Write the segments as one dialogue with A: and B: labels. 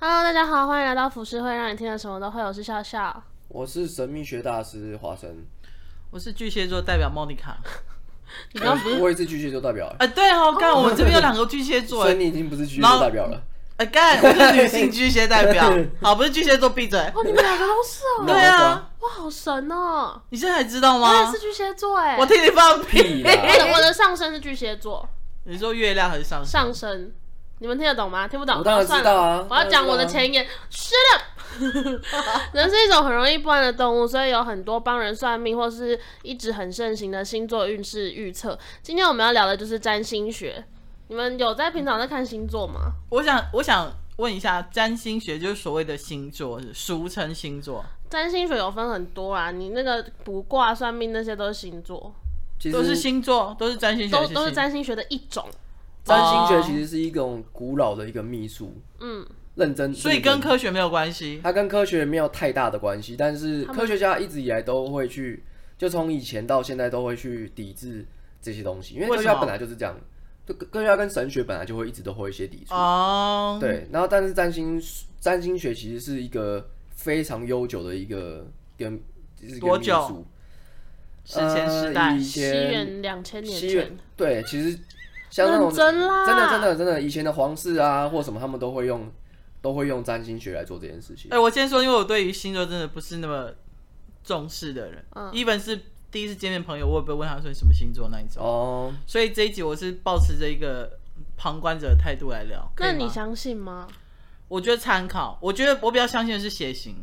A: Hello，大家好，欢迎来到浮世会，让你听了什么都会。我是笑笑。
B: 我是神秘学大师华生，
C: 我是巨蟹座代表莫妮卡。
A: 你刚不是
B: 我也是巨蟹座代表，
C: 啊，对哦，干，我们这边有两个巨蟹座
B: 所以，你已经不是巨蟹座代表了。
C: 呃，干，我是女性巨蟹代表。好，不是巨蟹座，闭嘴。
A: 哦，你们两个都是哦，
C: 对啊，
A: 哇，好神哦！
C: 你现在还知道
A: 我也
C: 吗
A: 是？巨蟹座哎，
C: 我
A: 我
C: 替你放
B: 屁
C: 屁。
B: 啦
A: 的哎我的上身是巨蟹座，
C: 你说月亮还是上升？
A: 上身，你们听得懂吗？听不懂，
B: 我当然
A: 算
B: 知道啊
A: 了我要讲我的前言。是 的，人是一种很容易不安的动物，所以有很多帮人算命或是一直很盛行的星座运势预测。今天我们要聊的就是占星学。你们有在平常在看星座吗？
C: 我想，我想问一下，占星学就是所谓的星座，俗称星座，
A: 占星学有分很多啊，你那个卜卦、算命那些都是星座，
B: 其
C: 都是
B: 实
C: 星座，都是占星学
A: 都
C: 的
A: 都是
C: 星
A: 占星学的一种。
B: 占星学
C: 哦
B: 其实是一种古老的一个秘术，
A: 嗯，
B: 认真，
C: 所以
B: 认真
C: 跟科学没有关系。
B: 它跟科学没有太大的关系，但是
A: 他们
B: 科学家一直以来都会去，就从以前到现在都会去抵制这些东西，因为
C: 为
B: 科
C: 什
B: 学
C: 么
B: 家本来就是这样，就科科学家跟神学本来就会一直都会有一些抵触。
C: 哦，，
B: 对，然后但是占星占星学其实是一个非常悠久的一个跟一个
C: 多久
B: 民俗
C: 史前时代
B: 呃、以
A: 西
B: 前
A: 元两千年
B: 西元
A: 前，
B: 对，其实像那种
A: 认真啦，
B: 真的真的真的，以前的皇室啊或什么，他们都会用都会用占星学来做这件事情
C: 哎、。我先说，因为我对于星座真的不是那么重视的人
A: 嗯
C: ，even 是第一次见面朋友，我也不会问他说你什么星座那一种。
B: 哦，
C: 所以这一集我是保持着一个旁观者的态度来聊。可
A: 那
C: 以吗
A: 你相信吗？
C: 我觉得参考，我觉得我比较相信的是血型，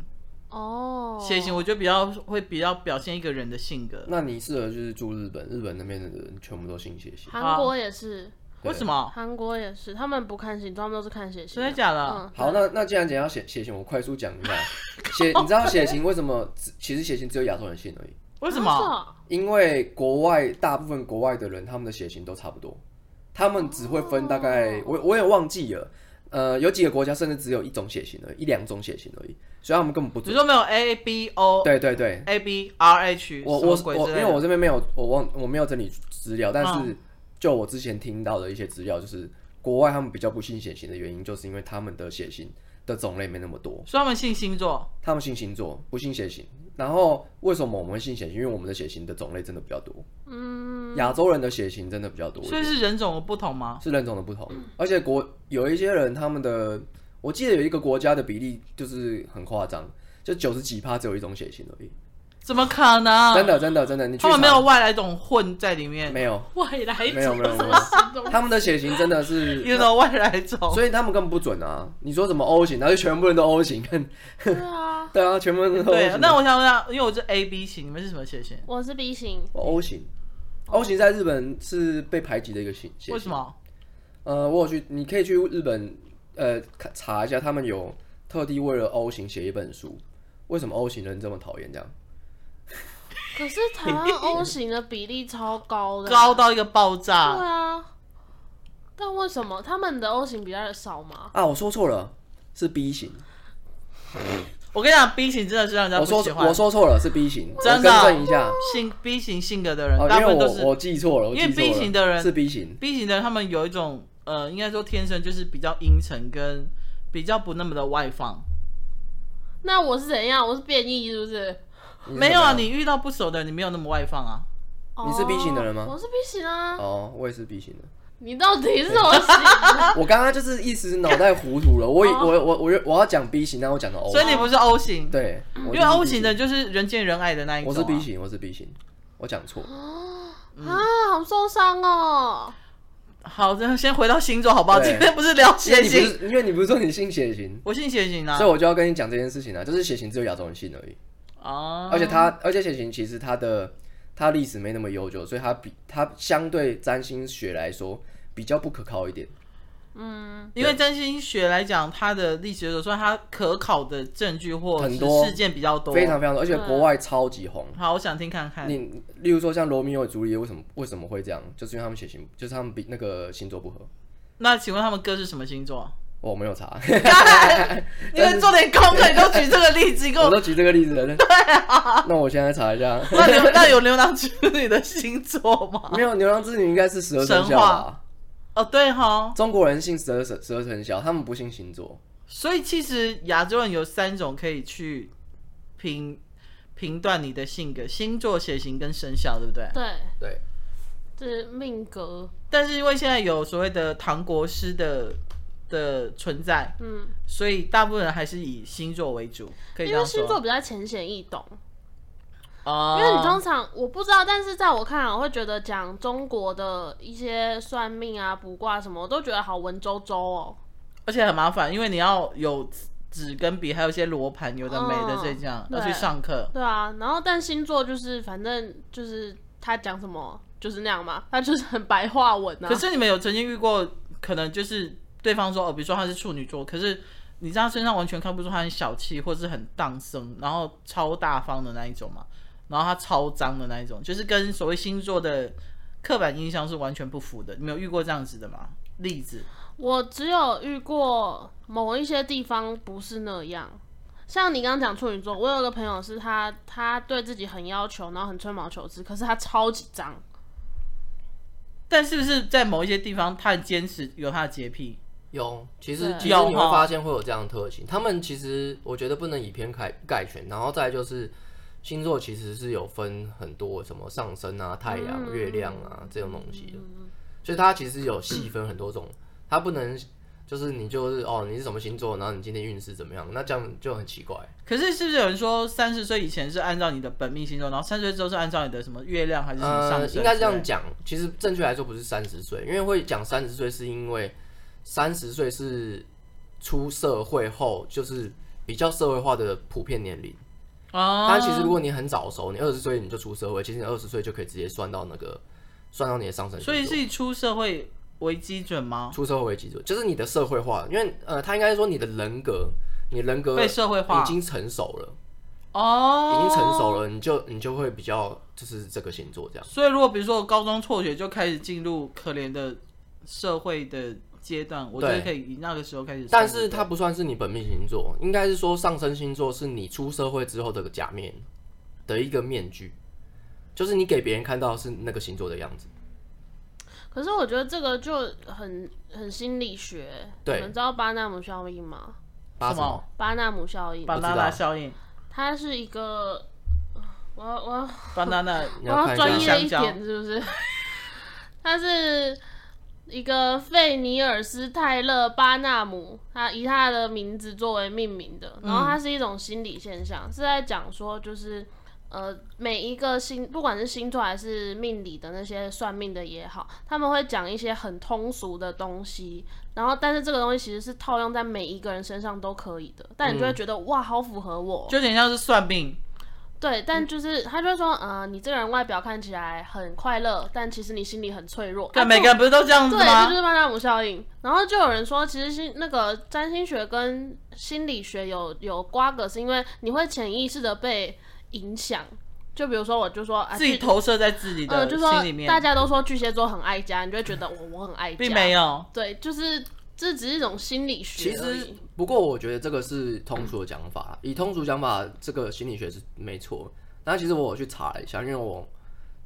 A: 哦，
C: 血型我觉得比较会比较表现一个人的性格。
B: 那你适合就是住日本，日本那边的人全部都信邪性。
A: 韩国也是，
B: 对
C: 为什么？
A: 韩国也是，他们不看星座，他们都是看血型
C: 真
A: 的。
C: 的假的？
A: 嗯，
B: 啊好，那那既然讲到血血型，我快速讲一 下血，你知道血型为什么只？其实血型只有亚洲人信而已，
C: 为什
A: 啊是
C: 么？
A: 哦
B: 因为国外大部分国外的人他们的血型都差不多，他们只会分大
C: 哦
B: 概、我我也忘记了，呃，有几个国家甚至只有一种血型而已，一两种血型而已，所以他们根本不
C: 你
B: 准。
C: 说没有 A B O
B: 对对对，
C: A B R H
B: 我
C: 什么
B: 我
C: 鬼
B: 我，
C: 之
B: 因
C: 类
B: 为
C: 的
B: 我这边没有，我忘我没有整理资料，但是
C: 嗯
B: 就我之前听到的一些资料，就是国外他们比较不信血型的原因，就是因为他们的血型的种类没那么多，
C: 说他们信星座，
B: 他们信星座，不信血型。然后为什么我们会信血型？因为我们的血型的种类真的比较多，
A: 嗯，
B: 亚洲人的血型真的比较多一
C: 所以
B: 点，
C: 是人种的不同吗？
B: 是人种的不
C: 嗯
B: 同。而且国有一些人他们的，我记得有一个国家的比例就是很夸张，就九十几趴只有一种血型而已，
C: 怎么可能？
B: 真的真的真的，你去
C: 啊他们没
B: 查
C: 有外来种混在里面，
B: 没有。
A: 未来
B: 没有没有没有
A: 星 座
B: 他们的血型真的是
C: you know 外来种。
B: 所以他们根本不准啊！你说什么 O 型，然后就全部人都 O 型，看
A: 对啊，
B: 对啊，全部人都 O
C: 对，
B: 型。
C: 那我想问一下，因为我是 A B 型，你们是什么血型？
A: 我是 B 型，
B: 我 O 型，O 型在日本是被排挤的一个型。
C: 为什？么？
B: 呃，我有去，你可以去日本呃看查一下，他们有特地为了 O 型写一本书，为什么 O 型人这么讨厌这样？
A: 可是台湾 O 型的比例超高的，
C: 高到一个爆炸
A: 对，啊，但为什么他们的 O 型比较少吗？
B: 啊，我说错了，是 B 型。
C: 我跟你讲，B 型真的是让人
B: 我
C: 家不
B: 说
C: 喜欢。
B: 我说错了，是 B 型。我
C: 真
B: 更
C: 的
B: 正一下，
C: 性 B 型性格的人，
B: 哦，
C: 大
B: 因
C: 部
B: 为
C: 分都
B: 我
C: 是
B: 我记错了，我记
C: 因为
B: 错
C: B
B: 了
C: 型的人
B: 是 B 型。
C: B 型的人，他们有一种呃，应该说天生就是比较阴沉，跟比较不那么的外放。
A: 那我是怎样？我是变异是不是？
B: 你是
C: 没有啊，
B: 什么
C: 你遇到不熟的人，你没有那么外放啊。
B: 你是 B 型的人吗
A: 哦我是 B 型啊，
B: 哦，我也是 B 型的。
A: 你到底是什 么型？啊
C: 啊
B: 我刚刚就是一时脑袋糊涂了，我以
A: 哦
B: 我我我我要讲 B 型，但我讲到 O，
C: 所以你不是 O 型，
B: 哦对，因
C: 因为 O 型的，就是人见人爱的那一种、
B: 我
C: 啊。
B: 是 B 型，我是 B 型，我讲错，嗯
A: 啊，好受伤哦！
C: 好，那先回到星座好不好？
B: 对
C: 今天不是聊
B: 因为
C: 血
B: 你不
C: 型，
B: 是因为你不是说你信血型，
C: 我信血型啊
B: 所。以我就要跟你讲这件事情啊，就是血型只有亚洲人信而已，
C: 哦，
B: 而且它而且血型其实它的它历史没那么悠久，所以它比它相对占星学来说比较不可靠一点，
A: 嗯，
C: 因为占星学来讲，它的历史有时候它可考的证据或
B: 很
C: 是
B: 多
C: 事件比较多。嗯
B: 非常非常多，而且
A: 对啊
B: 国外超级红。
C: 好，我想听看看。
B: 你例如说像罗密欧与朱丽叶，为什么为什么会这样？就是因为他们血型，就是他们比那个星座不合。哦
C: 那请问他们哥是什么星座？啊
B: 我没有查，
C: 你们做点功课，你都举这个例子，你给
B: 我
C: 我。
B: 都举这个例子了。对啊，那我现在查一下，
C: 那牛那有牛郎织女的星座吗？
B: 没有牛郎织女应该是十二生
C: 神
B: 肖
C: 话
B: 吧？
C: 哦，对哈，
B: 中国人信十二生十二生肖，他们不信星座。
C: 所以其实亚洲人有三种可以去评评断你的性格：星座、血型跟生肖，对不对？
A: 对，
D: 对，
A: 这是命格，
C: 但是因为现在有所谓的唐国师的的存在，
A: 嗯，
C: 所以大部分人还是以星座为主，可以这
A: 因为
C: 样
A: 星座
C: 说。
A: 比较浅显易懂。
C: 哦，
B: 啊
A: 因为你通常我不知道，但是在我看来，我会觉得讲中国的一些算命啊、卜卦什么，我都觉得好文绉绉哦。
C: 而且很麻烦，因为你要有纸跟笔，还有一些罗盘，有的没的
A: 嗯
C: 这样、
A: 对
C: 要去上课。
A: 对啊，然后但星座就是反正就是他讲什么就是那样嘛，他就是很白话文啊
C: 可。是你们有曾经遇过，可能就是对方说哦，比如说他是处女座，可是你在他身上完全看不出他很小气，或是很荡生，然后超大方的那一种嘛，然后他超脏的那一种，就是跟所谓星座的刻板印象是完全不符的。你们有遇过这样子的吗？例子？
A: 我只有遇过某一些地方不是那样，像你刚刚讲处女座，我有个朋友是他，他对自己很要求，然后很吹毛求疵，可是他超级脏。
C: 但是不是在某一些地方，他很坚持有他的洁癖？
B: 有，其实
A: 对
B: 其实
C: 有
B: 你会
C: 哈
B: 发现会有这样的特性。他们其实我觉得不能以偏概概全，然后再来就是星座其实是有分很多什么上升啊、太阳、
A: 嗯
B: 月亮啊这种东西的，所以它其实有细分很多种，它不能就是你就是哦你是什么星座，然后你今天运势怎么样，那这样就很奇怪。
C: 可是是不是有人说三十岁以前是按照你的本命星座，然后三十岁之后是按照你的什么月亮还是什么上
B: 呃，
C: 升之类的？
B: 应该这样讲，其实正确来说不是三十岁，因为会讲三十岁是因为三十岁是出社会后就是比较社会化的普遍年龄。
C: 哦。
B: 但其实如果你很早熟，你二十岁你就出社会，其实你二十岁就可以直接算到那个算到你的上升星座。
C: 所以是哦以出社会为基准吗？
B: 出社会为基准，就是你的社会化，因为呃，他应该说你的人格，你人格
C: 被社会化
B: 已经成熟了，
C: 哦，
B: 已经成熟。了，你就你就会比较就是这个星座这样。
C: 所以如果比如说我高中辍学就开始进入可怜的社会的阶段，我就
B: 对
C: 可以以那个时候开始算。
B: 但是它不算是你本命星座，应该是说上升星座是你出社会之后的假面的一个面具，就是你给别人看到是那个星座的样子。
A: 可是我觉得这个就很很心理学。
B: 对
A: 你们知道巴纳姆效应吗？
B: 八
C: 什么？
A: 巴纳姆效应，
C: 巴
B: 知道
C: 纳纳效应，
A: 它是一个，我要我要
C: 巴 纳纳
B: 你
A: 我
B: 要看
A: 要
B: 一下
A: 专业一
C: 香蕉
A: 点，是不是？ 他是一个费尼尔斯泰勒巴纳姆，他以他的名字作为命名的。
B: 嗯
A: 然后它是一种心理现象，是在讲说，就是呃，每一个星，不管是星座还是命理的那些算命的也好，他们会讲一些很通俗的东西。然后，但是这个东西其实是套用在每一个人身上都可以的，但
B: 嗯
A: 你就会觉得、哇，好符合我，哦
C: 就有点像是算命，
A: 对，但
C: 嗯
A: 就是他就会说，呃，你这个人外表看起来很快乐，但其实你心里很脆弱。
C: 对，
A: 啊
C: 每个人不是都这样子
A: 对，这
C: 吗
A: 就？是巴纳姆效应。然后就有人说，其实心那个占星学跟心理学有有瓜葛，是因为你会潜意识的被影响。就比如说，我就说，啊、
C: 自己
A: 巨
C: 投射在自己
A: 呃，
C: 的
A: 就
C: 心
A: 说
C: 里面，
A: 大家都说巨蟹座很爱家，你就会觉得我我很爱家，
C: 并没有。
A: 对，就是这只是一种心理学
B: 其
A: 而已。
B: 实，不过我觉得这个是通俗的讲法，以通俗讲法，这个心理学是没错。那其实我有去查了一下，因为我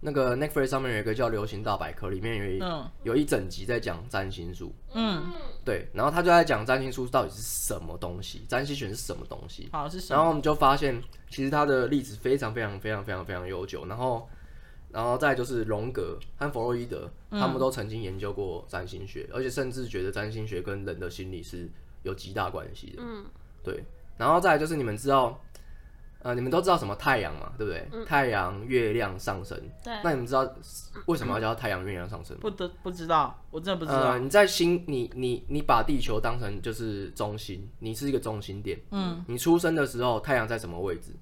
B: 那个 Netflix 上面有一个叫《流行大百科》，里面有一、
C: 嗯
B: 有一整集在讲占星术，
C: 嗯，
B: 对，然后他就在讲占星术到底是什么东西，占星学是什么东西。
C: 好是什
B: 然
C: 么？
B: 后我们就发现，其实它的例子非常非常非常非常非常悠久。然后，然后再来就是荣格和弗洛伊德，
C: 嗯
B: 他们都曾经研究过占星学，而且甚至觉得占星学跟人的心理是有极大关系的。
A: 嗯，
B: 对。然后再来就是你们知道，呃，你们都知道什么太阳嘛，对不对？
C: 嗯
B: 太阳、月亮上升。
A: 对
B: 那你们知道为什么要叫太阳、月亮上升吗？
C: 不得不知道，我真的不知道。
B: 呃，你在星，你你你把地球当成就是中心，你是一个中心点。嗯，你出生的时候，太阳在什么位置？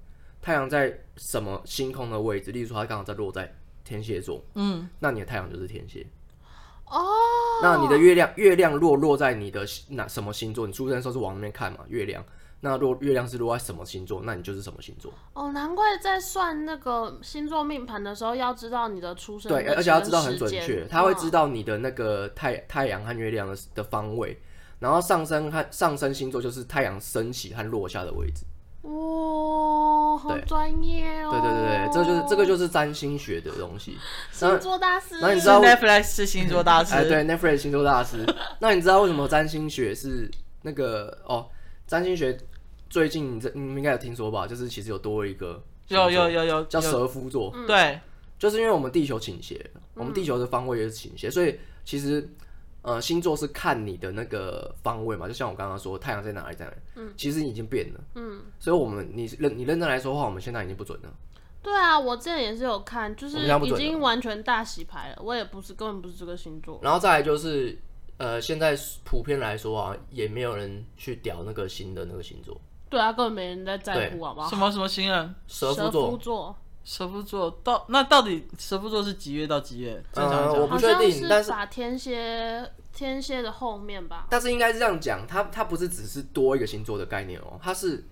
B: 太阳在什么星空的位置？例如说，它刚好在落在天蝎座，嗯，那你的太阳就是天蝎。哦，那你的月亮，月亮落落在你的星那什么星座？你出生的时候是往那边看嘛，月亮。那落月亮是落在什么星座？那你就是什么星座。
A: 哦，难怪在算那个星座命盘的时候，要知道你的出生
B: 对，
A: 日
B: 而
A: 期
B: 且要
A: 跟
B: 知道很
A: 时
B: 准
A: 间
B: 确，他会
A: 嗯
B: 知道你的那个太太阳和月亮的的方位，然后上升和上升星座就是太阳升起和落下的位置。
A: 哇、哦，好
B: 对
A: 专业哦！
B: 对对对对，这就是这个就是占星学的东西。
A: 星座大师。
B: 那你哎知
C: 哦
B: 道
C: 是
B: 嗯
C: Netflix 是星座大师，
B: 哎，对，Netflix 星座大师。那你知道为什么占星学是那个哦？占星学最近你这你们应该有听说吧？就是其实有多一个
C: 有有有有
B: 叫
C: 有
B: 蛇夫座，
C: 对，
B: 就是因为我们地球倾斜，我们地球的方位也是倾斜，所以其实呃星座是看你的那个方位嘛，就像我刚刚说太阳在哪里在哪里，嗯，其实已经变了，嗯，所以我们你认你认真来说的话，我们现在已经不准了，
A: 对啊，我之前也是有看，就是
B: 我们现在不
A: 已
B: 准
A: 经完全大洗牌了。我也不是根本不是这个星座，
B: 然后再来就是呃现在普遍来说啊，也没有人去屌那个新的那个星座，
A: 对啊，根本没人在在乎，好不好
C: 什？么什么新人
B: 蛇夫
A: 蛇
B: 座
A: 夫。座
C: 蛇夫座到那到底蛇夫座是几月到几月？正常来
B: 呃
C: 讲
B: 我不
A: 好
B: 确
A: 像
B: 定但是
A: 把天蝎天蝎的后面吧，
B: 但是应该是这样讲，它它不是只是多一个星座的概念哦，它是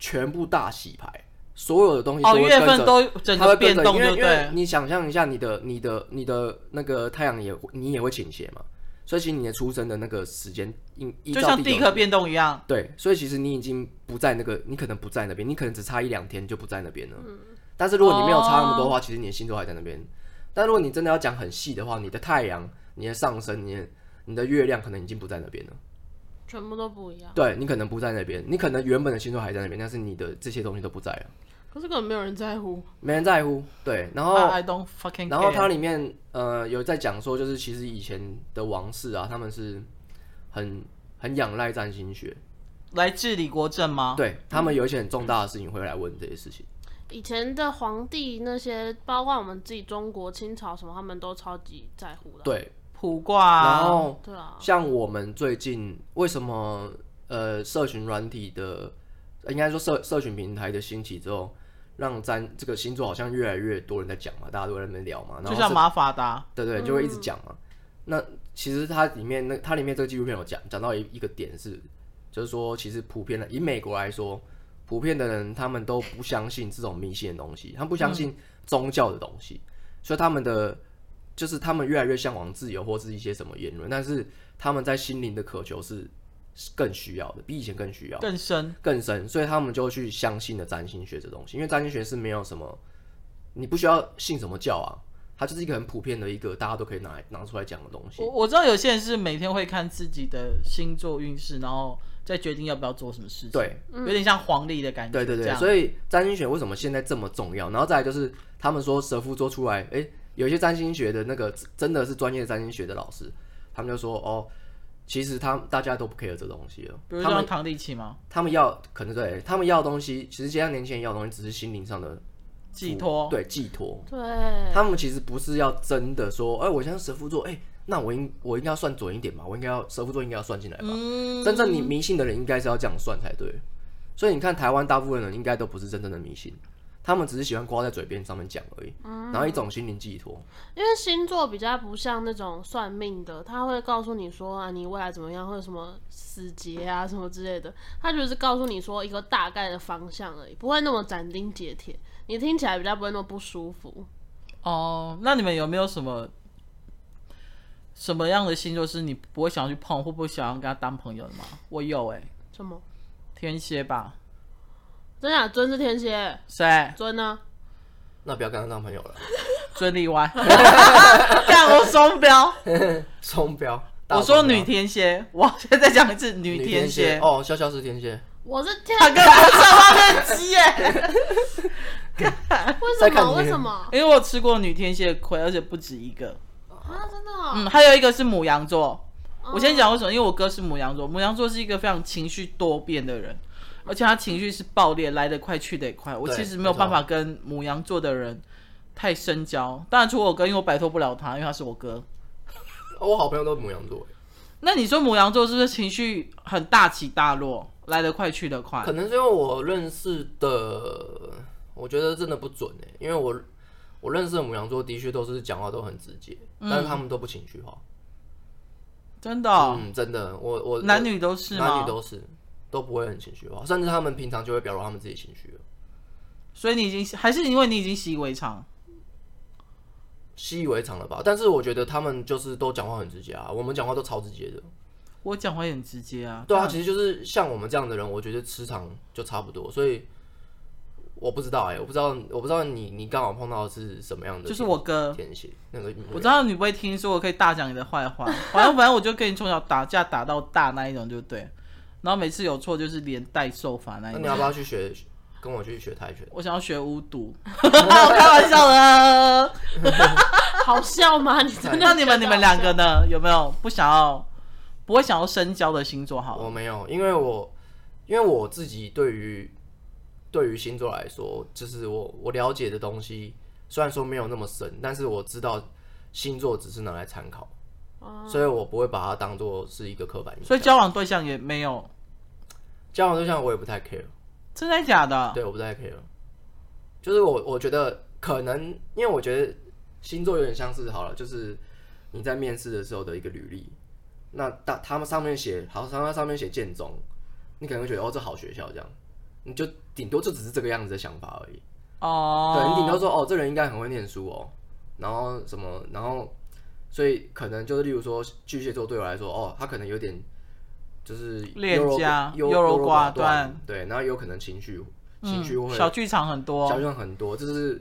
B: 全部大洗牌，所有的东西都
C: 哦，
B: 会
C: 月
B: 跟
C: 份
B: 着
C: 都整
B: 它
C: 个
B: 会
C: 变
B: 跟着
C: 动，
B: 因为
C: 对
B: 因
C: 不
B: 为
C: 对？
B: 你想象一下，你的你的你的那个太阳也会你也会倾斜嘛，所以其实你的出生的那个时间应依
C: 就
B: 照
C: 像
B: 地
C: 地
B: 球
C: 壳变动一样，
B: 对，所以其实你已经不在那个，你可能不在那边，你可能只差一两天就不在那边了。但是如果你没有差那么多的
C: 哦
B: 话，其实你的星座还在那边。但如果你真的要讲很细的话，你的太阳、你的上升、你的你的月亮可能已经不在那边了。
A: 全部都不一样。
B: 对你可能不在那边，你可能原本的星座还在那边，但是你的这些东西都不在了，
A: 可是根本没有人在乎。
B: 没人在乎。对，然后
C: I I don't fucking
B: 然后它
C: care。
B: 里面呃有在讲说，就是其实以前的王室啊，他们是很很仰赖占星学，
C: 来治理国政吗？
B: 对他们有一些很重大的事情会来问这些事情。
A: 以前的皇帝那些，包括我们自己中国清朝什么，他们都超级在乎的。
B: 对，
C: 普卦嗯啊，
B: 然后
A: 对啊，
B: 像我们最近为什么呃社群软体的，呃应该说社社群平台的兴起之后，让占这个星座好像越来越多人在讲嘛，大家都在那边聊嘛，然
C: 就
B: 后
C: 像
B: 是
C: 马法达，
B: 对对，就会一直讲嘛。那其实它里面那它里面这个纪录片有讲讲到一一个点是，就是说其实普遍的以美国来说，普遍的人他们都不相信这种迷信的东西，他们不相信宗教的东西，所以他们的就是他们越来越向往自由或是一些什么言论，但是他们在心灵的渴求是是更需要的，比以前更需要。
C: 更深
B: 更深，所以他们就去相信了占星学这东西，因为占星学是没有什么，你不需要信什么教啊，它就是一个很普遍的一个大家都可以拿来拿出来讲的东西
C: 我。我知道有些人是每天会看自己的星座运势，然后再决定要不要做什么事情。，
B: 对
C: 有点像黄历的感觉。
B: 对对
C: 这
B: 对，
C: 样
B: 所以占星学为什么现在这么重要？然后再来就是他们说蛇夫座出来，诶，有一些占星学的那个真的是专业占星学的老师，他们就说哦，其实他大家都不 care 这东西了，
C: 比如
B: 他
C: 说
B: 们
C: 像唐立奇吗？
B: 他们要可能对他们要的东西，其实现在年轻人要的东西只是心灵上的
C: 寄托，
B: 对寄托，
A: 对，
B: 他们其实不是要真的说，哎、我现在蛇夫座，哎、那我应我应该要算准一点吧，我应该要蛇夫座应该要算进来吧。真正你迷信的人应该是要这样算才对。所以你看，台湾大部分人应该都不是真正的迷信，他们只是喜欢挂在嘴边上面讲而已，然后一种心灵寄托。
A: 因为星座比较不像那种算命的，他会告诉你说啊，你未来怎么样，会有什么死结啊什么之类的。他就是告诉你说一个大概的方向而已，不会那么斩钉截铁。你听起来比较不会那么不舒服。
C: 哦，那你们有没有什么什么样的星座是你不会想要去碰，或不想要跟他当朋友的吗？我有哎、
A: 什么？
C: 天蝎吧，
A: 真假？尊是天蝎，
C: 谁？
A: 尊呢、
B: 那不要跟他当朋友了，
C: 尊例歪， 干我双标。
B: 双标。大
C: 我说
B: 双标
C: 女天蝎，我现在讲一次
B: 女
C: 女
B: 天
C: 蝎。
B: 哦，笑笑是天蝎，
A: 我是天，
C: 他跟 我上他的鸡耶，
A: 为
B: 再
A: 什
B: 看
A: 么？
B: 你
A: 为什么？
C: 因为我吃过女天蝎的亏，而且不止一个。
A: 啊，真的、哦
C: 嗯，还有一个是母羊座，
A: 嗯
C: 我先讲为什么，因为我哥是母羊座，母羊座是一个非常情绪多变的人，而且他情绪是爆裂，来得快去得也快。我
B: 对
C: 其实没有办法跟母羊座的人太深交，当然除了我哥，因为我摆脱不了他，因为他是我哥。
B: 哦我好朋友都是母羊座，
C: 那你说母羊座是不是情绪很大起大落，来得快去得快
B: 可？能是因为我认识的，我觉得真的不准哎、因为我我认识的母羊座的确都是讲话都很直接，
C: 嗯
B: 但是他们都不情绪化。
C: 真的哦、
B: 嗯，真的，我我
C: 男女都是吗？
B: 男女都是都不会很情绪化，甚至他们平常就会表露他们自己情绪了，
C: 所以你已经还是因为你已经习以为常。
B: 习以为常了吧？但是我觉得他们就是都讲话很直接啊，我们讲话都超直接的。
C: 我讲话也很直接啊。
B: 对啊，其实就是像我们这样的人，我觉得磁场就差不多，所以。我不知道哎、我不知道，我不知道你你刚好碰到的是什么样的，
C: 就是我哥
B: 天蝎那个母羊，
C: 我知道你不会 听，说我可以大讲你的坏话。反正反正我就跟你从小打架打到大那一种，就对。然后每次有错就是连带受罚
B: 那
C: 那一种
B: 你。要不要去学，跟我去学泰拳？
C: 我想要学巫 毒，我开玩笑的。
A: 好笑吗？你真的？
C: 那你们你们两个？呢？有没有不想要不会想要深交的星座？好
B: 我
C: 了，
B: 没有，因为我因为我自己对于对于星座来说，就是我我了解的东西虽然说没有那么深，但是我知道星座只是拿来参考，所以我不会把它当做是一个刻板印象。
C: 所以交往对象也没有，
B: 交往对象我也不太 care，
C: 真的假的？
B: 对，我不太 care。就是我我觉得可能，因为我觉得星座有点像是好了，就是你在面试的时候的一个履历，那大他们上面写好，他们上面写建中，你可能会觉得哦这好学校这样，你就顶多就只是这个样子的想法而已。对你顶多
C: 哦，
B: 说哦这人应该很会念书哦，然后什么，然后所以可能就是例如说巨蟹座对我来说，哦他可能有点。就是
C: 恋
B: 优柔
C: 家
B: 优
C: 优柔
B: 柔
C: 寡
B: 寡
C: 断，
B: 对，然后有可能情绪情绪
C: 嗯，
B: 会
C: 小剧场很
B: 小
C: 多，
B: 用很多，这是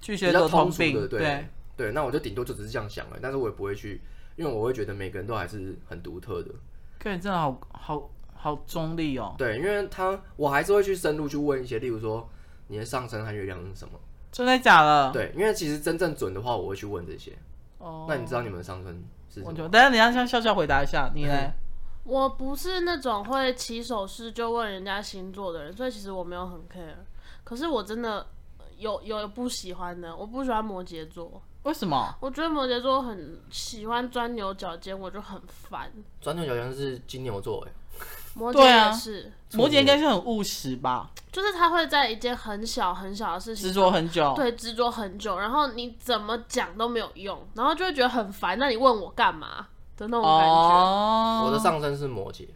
C: 巨蟹
B: 比
C: 座
B: 较
C: 通
B: 通俗的，
C: 病，
B: 对，对。那我就顶多就只是这样想了，但是我也不会去，因为我会觉得每个人都还是很独特的，
C: 个人真的好好好中立哦，
B: 对，因为他我还是会去深入去问一些，例如说你的上升和月亮是什么，
C: 真的假的？
B: 对，因为其实真正准的话，我会去问这些。
C: 啊哦，
B: 那你知道你们的上升是什
C: 我
B: 么？
C: 就等一下等一下向笑笑回答一下，
B: 嗯
C: 你呢？
A: 我不是那种会起手势就问人家星座的人，所以其实我没有很 care。可是我真的有有不喜欢的，我不喜欢摩羯座，
C: 为什么？
A: 我觉得摩羯座很喜欢钻牛角尖，我就很烦。
B: 转角角像是金牛座，哎，
A: 摩
C: 对
A: 羯
C: 啊
A: 也是，
C: 摩羯应该是很务实吧，
A: 就是他会在一件很小很小的事情
C: 执着很久，
A: 对执着很久，然后你怎么讲都没有用，然后就会觉得很烦。那你问我干嘛的那种感觉？
C: 哦，
B: 我的上升是摩羯，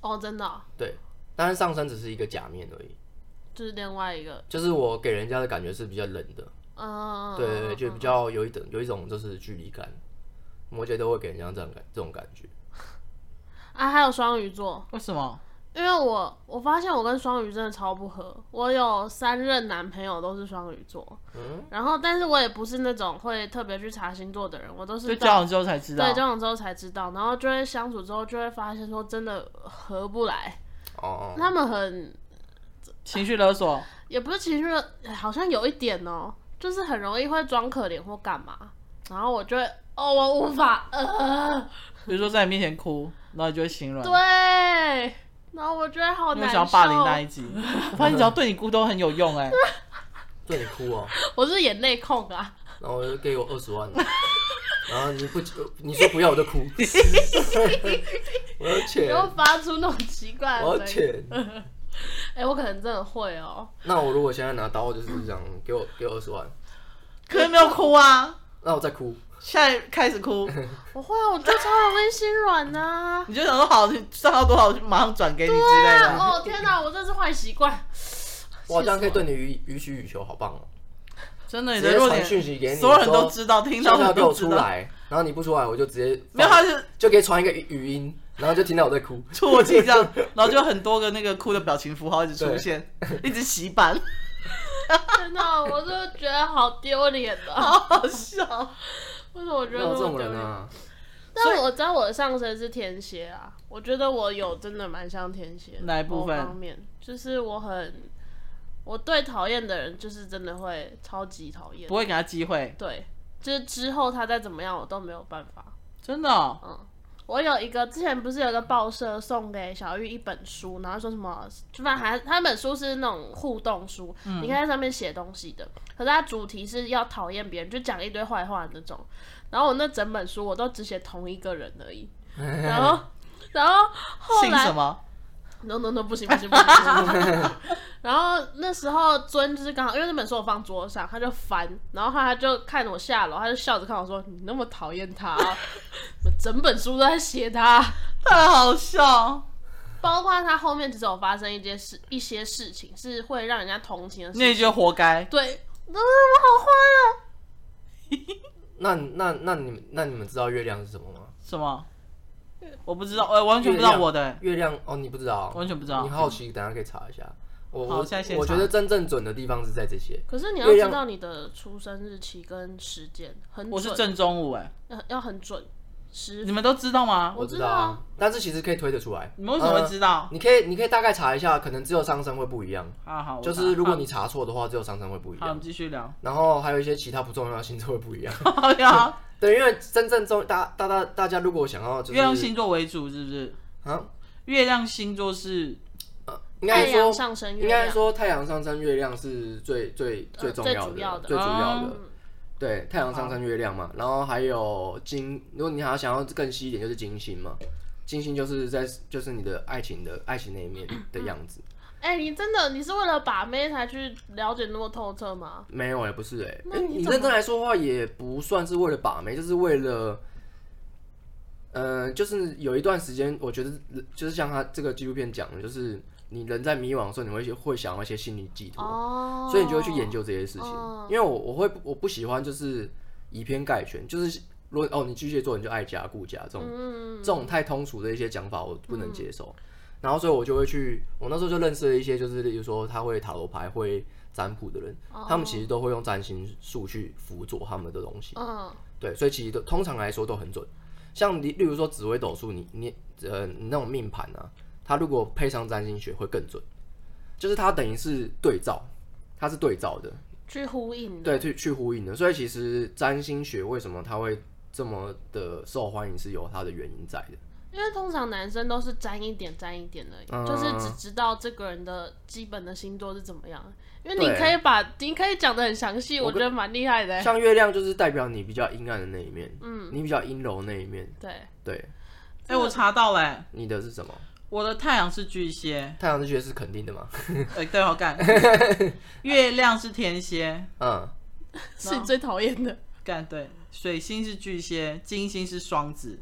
A: 哦，真的哦、
B: 对，但是上升只是一个假面而已，
A: 就是另外一个，
B: 就是我给人家的感觉是比较冷的，
C: 哦
A: 嗯，
B: 对对对，就比较有一等有一种就是距离感，摩羯都会给人家这样感这种感觉。
A: 啊，还有双鱼座，
C: 为什么？
A: 因为我我发现我跟双鱼真的超不合，我有三任男朋友都是双鱼座，
B: 嗯
A: 然后但是我也不是那种会特别去查星座的人，我都
C: 就是交往之后才知道
A: 对，交往之后才知道，然后就会相处之后就会发现说真的合不来，
B: 哦，
A: 他们很
C: 情绪勒索，
A: 也不是情绪勒，好像有一点哦，就是很容易会装可怜或干嘛，然后我就会哦我无法呃
C: 比如说在你面前哭，然后你就会心软。
A: 对，然后我觉得好
C: 因为
A: 难
C: 想
A: 受
C: 要，霸凌那一集，我发现只要对你哭都很有用 哎、
B: 对你哭哦，
A: 我是眼泪控啊。
B: 然后我就给我二十万， 然后你不你说不要我就哭， 我要钱
A: 然，后发出那种奇怪
B: 我要
A: 的声音。
B: 钱。
A: 哎、我可能真的会哦、
B: 那我如果现在拿刀就是这样，给我给我二十万，
C: 可是没有哭啊，
B: 那我再哭，
C: 现在开 始哭，
A: 我会啊，我就超容易心软呐、
C: 你就想说好，你赚到多少就马上转给你之类的。
A: 哦天哪，我这是坏习惯。
B: 哇，这样可以对你予予取予求，好棒哦！
C: 真的，你
B: 直
C: 的
B: 接
C: 弱
B: 传
C: 点，
B: 讯息给你，
C: 所有人都知道，听到
B: 要
C: 的
B: 给我
C: 都知
B: 出
C: 道。
B: 来，然后你不出来，我就直接
C: 没有，他是
B: 就可以传一个语语音，然后就听到我在哭。
C: 啜泣这样，然后就很多个那个哭的表情符号一直出现，一直洗版，
A: 天哪，我真的觉得好丢脸的。
C: 好笑。
A: 为什么我觉
B: 那
A: 得
B: 这
A: 那么
B: 种
A: 丢
B: 人
A: 脸？
B: 啊，
A: 但我知道我的上身是天蝎啊，我觉得我有真的蛮像天蝎的
C: 哪一部分
A: 某方面就是我很，我对讨厌的人就是真的会超级讨厌
C: 不。会给他机会，
A: 对，就是之后他再怎么样，我都没有办法。
C: 真的哦、
A: 我有一个之前不是有个报社送给小玉一本书，然后说什么，就反正还他那本书是那种互动书，你可以在上面写东西的。可是它主题是要讨厌别人，就讲一堆坏话的那种。然后我那整本书我都只写同一个人而已，然后然后后
C: 姓什
A: 来
C: 么？
A: no no no 不行不行不行。不行不 行然后那时候尊就是刚好，因为那本书我放桌上，他就翻，然后他就看我下楼，他就笑着看我说：“你那么讨厌他啊、 我整本书都在写他。”
C: 太好笑。
A: 包括他后面其实有发生一件事，一些事情是会让人家同情的事
C: 那
A: 情。
C: 你就活该。
A: 对，嗯，我好坏啊！
B: 那那那你们那你们知道月亮是什么吗？
C: 什么？我不知道，哎、完全不知道我的、哎
B: 月亮哦，你不知道，
C: 完全不知道
B: 你好奇，等一下可以查一下。我
C: 好
B: 我
C: 现在先查
B: 我觉得真正准的地方是在这些。
A: 可是你要
B: 月
A: 知
B: 亮
A: 道你的出生日期跟时间很准，呃
C: 我是正中午、哎，
A: 要要很准，十
C: 你们都知道吗？
A: 我
B: 我
A: 知
B: 知
A: 道
B: 道
A: 啊
B: 啊，但是其实可以推得出来。嗯
C: 你们为什么会知道？
B: 你可以，你可以大概查一下，可能只有上升会不一样。
C: 啊好，我
B: 就是如果
C: 好
B: 你查错的话，只有上升会不一
C: 好，我们
B: 样。
C: 继续 聊。
B: 然后还有一些其他不重要的星座会不一样。
C: 好呀，
B: 对，因为真正重大大大大家如果想要就是
C: 月亮星座为主是不是？
B: 啊，
C: 月亮星座是
B: 呃应
A: 太
B: 该
A: 阳
B: 说
A: 上升月
B: 应该
A: 亮，
B: 说太阳上升月亮是最最
A: 呃
B: 最重
A: 最
B: 要
A: 主要的嗯
B: 的，最主要的
C: 哦。
B: 对，太阳上升月亮嘛，然后还有金，如果你还要想要更细一点，就是金星嘛。金星就是在就是你的爱情的爱情那一面的样子，
A: 哎、你真的你是为了把妹才去了解那么透彻吗？
B: 没有也不是哎、欸
A: 哦那你
B: 你
A: 怎么
B: 认真来说的话，也不算是为了把妹，就是为了，呃，就是有一段时间，我觉得就是像他这个纪录片讲的，就是你人在迷惘的时候，你会会想要一些心理寄托，
A: 哦，
B: 所以你就会去研究这些事情。
A: 哦
B: 因为我我会我不喜欢就是以偏概全，就是如果哦你巨蟹座你就爱家顾家这种、
A: 嗯，嗯，嗯
B: 这种太通俗的一些讲法，我不能接受。然后所以我就会去，我那时候就认识了一些就是例如说他会塔罗牌、会占卜的人，
A: 哦
B: 他们其实都会用占星术去辅佐他们的东西。
A: 嗯，
B: 对，所以其实都通常来说都很准。像你，例如说紫微斗数，你你呃你那种命盘啊，它如果配上占星学会更准，就是它等于是对照，它是对照的，
A: 去呼应的，
B: 对，去去呼应的。所以其实占星学为什么它会这么的受欢迎，是有它的原因在的。
A: 因为通常男生都是沾一点沾一点而已，
B: 嗯
A: 就是只知道这个人的基本的星座是怎么样。因为你
B: 对
A: 可以把你可以讲的很详细，我
B: 我
A: 觉得蛮厉害的欸。
B: 像月亮就是代表你比较阴暗的那一面，嗯，你比较阴柔的那一面，
A: 对，
B: 对，
C: 哎，我查到嘞，
B: 你的是什么？
C: 我的太阳是巨蟹，
B: 太阳之穴是肯定的嘛？
C: 哎，对，好干。月亮是天蝎，
B: 嗯，
A: 是你最讨厌的。
C: 干对。水星是巨蟹，金星是双子，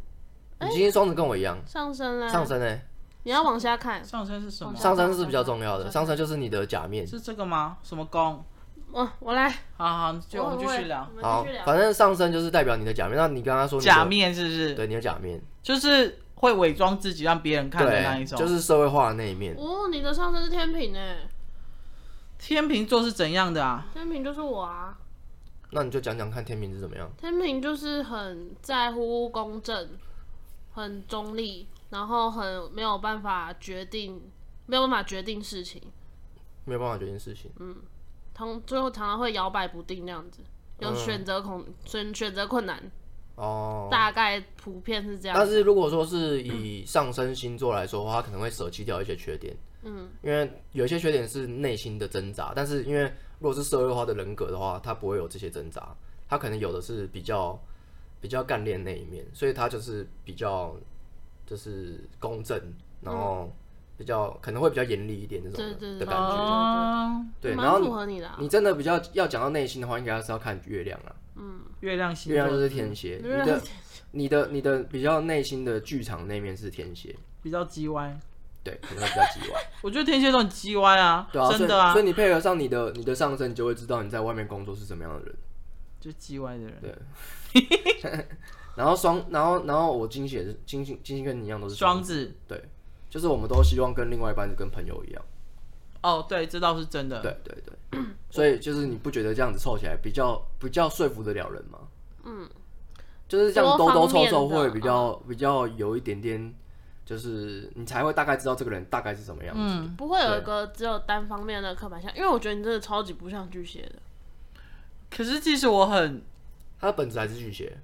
A: 哎
B: 你今天双子跟我一样，
A: 上升嘞，
B: 上升哎、
A: 你要往下看，
C: 上升是什么？
B: 上升是比较重要的，上升就是你的假面。
C: 是这个吗？什么宫？
A: 我哦我来，
C: 好好，就我们继续聊
A: 我。们
B: 好
A: 继续，聊。
B: 反正上升就是代表你的假面。那你刚刚说你的
C: 假，面是不是？
B: 对你的假面，
C: 就是会伪装自己让别人看的那一
B: 对，
C: 种。
B: 就是社会化的那一面。
A: 哦，你的上升是天平诶，
C: 天秤座是怎样的啊？
A: 天平就是我啊。
B: 那你就讲讲看天平是怎么样？
A: 天平就是很在乎公正，很中立，然后很没有办法决定，没有办法决定事情。
B: 没有办法决定事情，
A: 常最后常常会摇摆不定那样子，有选择恐选选择困难，
B: 哦。
A: 大概普遍是这样
B: 但。是如果说是以上升星座来说的话，他可能会舍弃掉一些缺点，嗯，因为有一些缺点是内心的挣扎，但是因为如果是社会化的人格的话，他不会有这些挣扎，他可能有的是比较比较干练那一面，所以他就是比较就是公正，然后比较、可能会比较严厉一点这种
A: 嗯对对对
B: 的的感觉。
C: 哦，
B: 对，然
A: 蛮
B: 后
A: 符
B: 你
A: 合你的、啊。
B: 你真的比较要讲到内心的话，应该是要看月亮啊了。
C: 月亮星
B: 月亮就
C: 座
B: 是天蝎，你
A: 月亮
B: 的你的你的比较内心的剧场那面是天蝎，
C: 比较叽歪，
B: 对，可能会比较 叽歪，
C: 我觉得天蝎座很叽歪啊，
B: 对啊，
C: 真的啊
B: 所以所以，你配合上你的你的上升，你就会知道你在外面工作是什么样的人。
C: 就叽歪的人，
B: 然后双，然后然后我金星也是金星金星跟你一样都是
C: 双
B: 子，
C: 子。
B: 对，就是我们都希望跟另外一半跟朋友一样，
C: 哦，对，这倒是真的。
B: 对对对，所以就是你不觉得这样子凑起来比较比较说服得了人吗？嗯，就是这样兜兜凑凑会比较
C: 嗯
B: 比较有一点点，就是你才会大概知道这个人大概是什么样子。
C: 嗯，
A: 不会有一个只有单方面的刻板印象，因为我觉得你真的超级不像巨蟹的。
C: 可是即使我很
B: 他的本质还是巨蟹，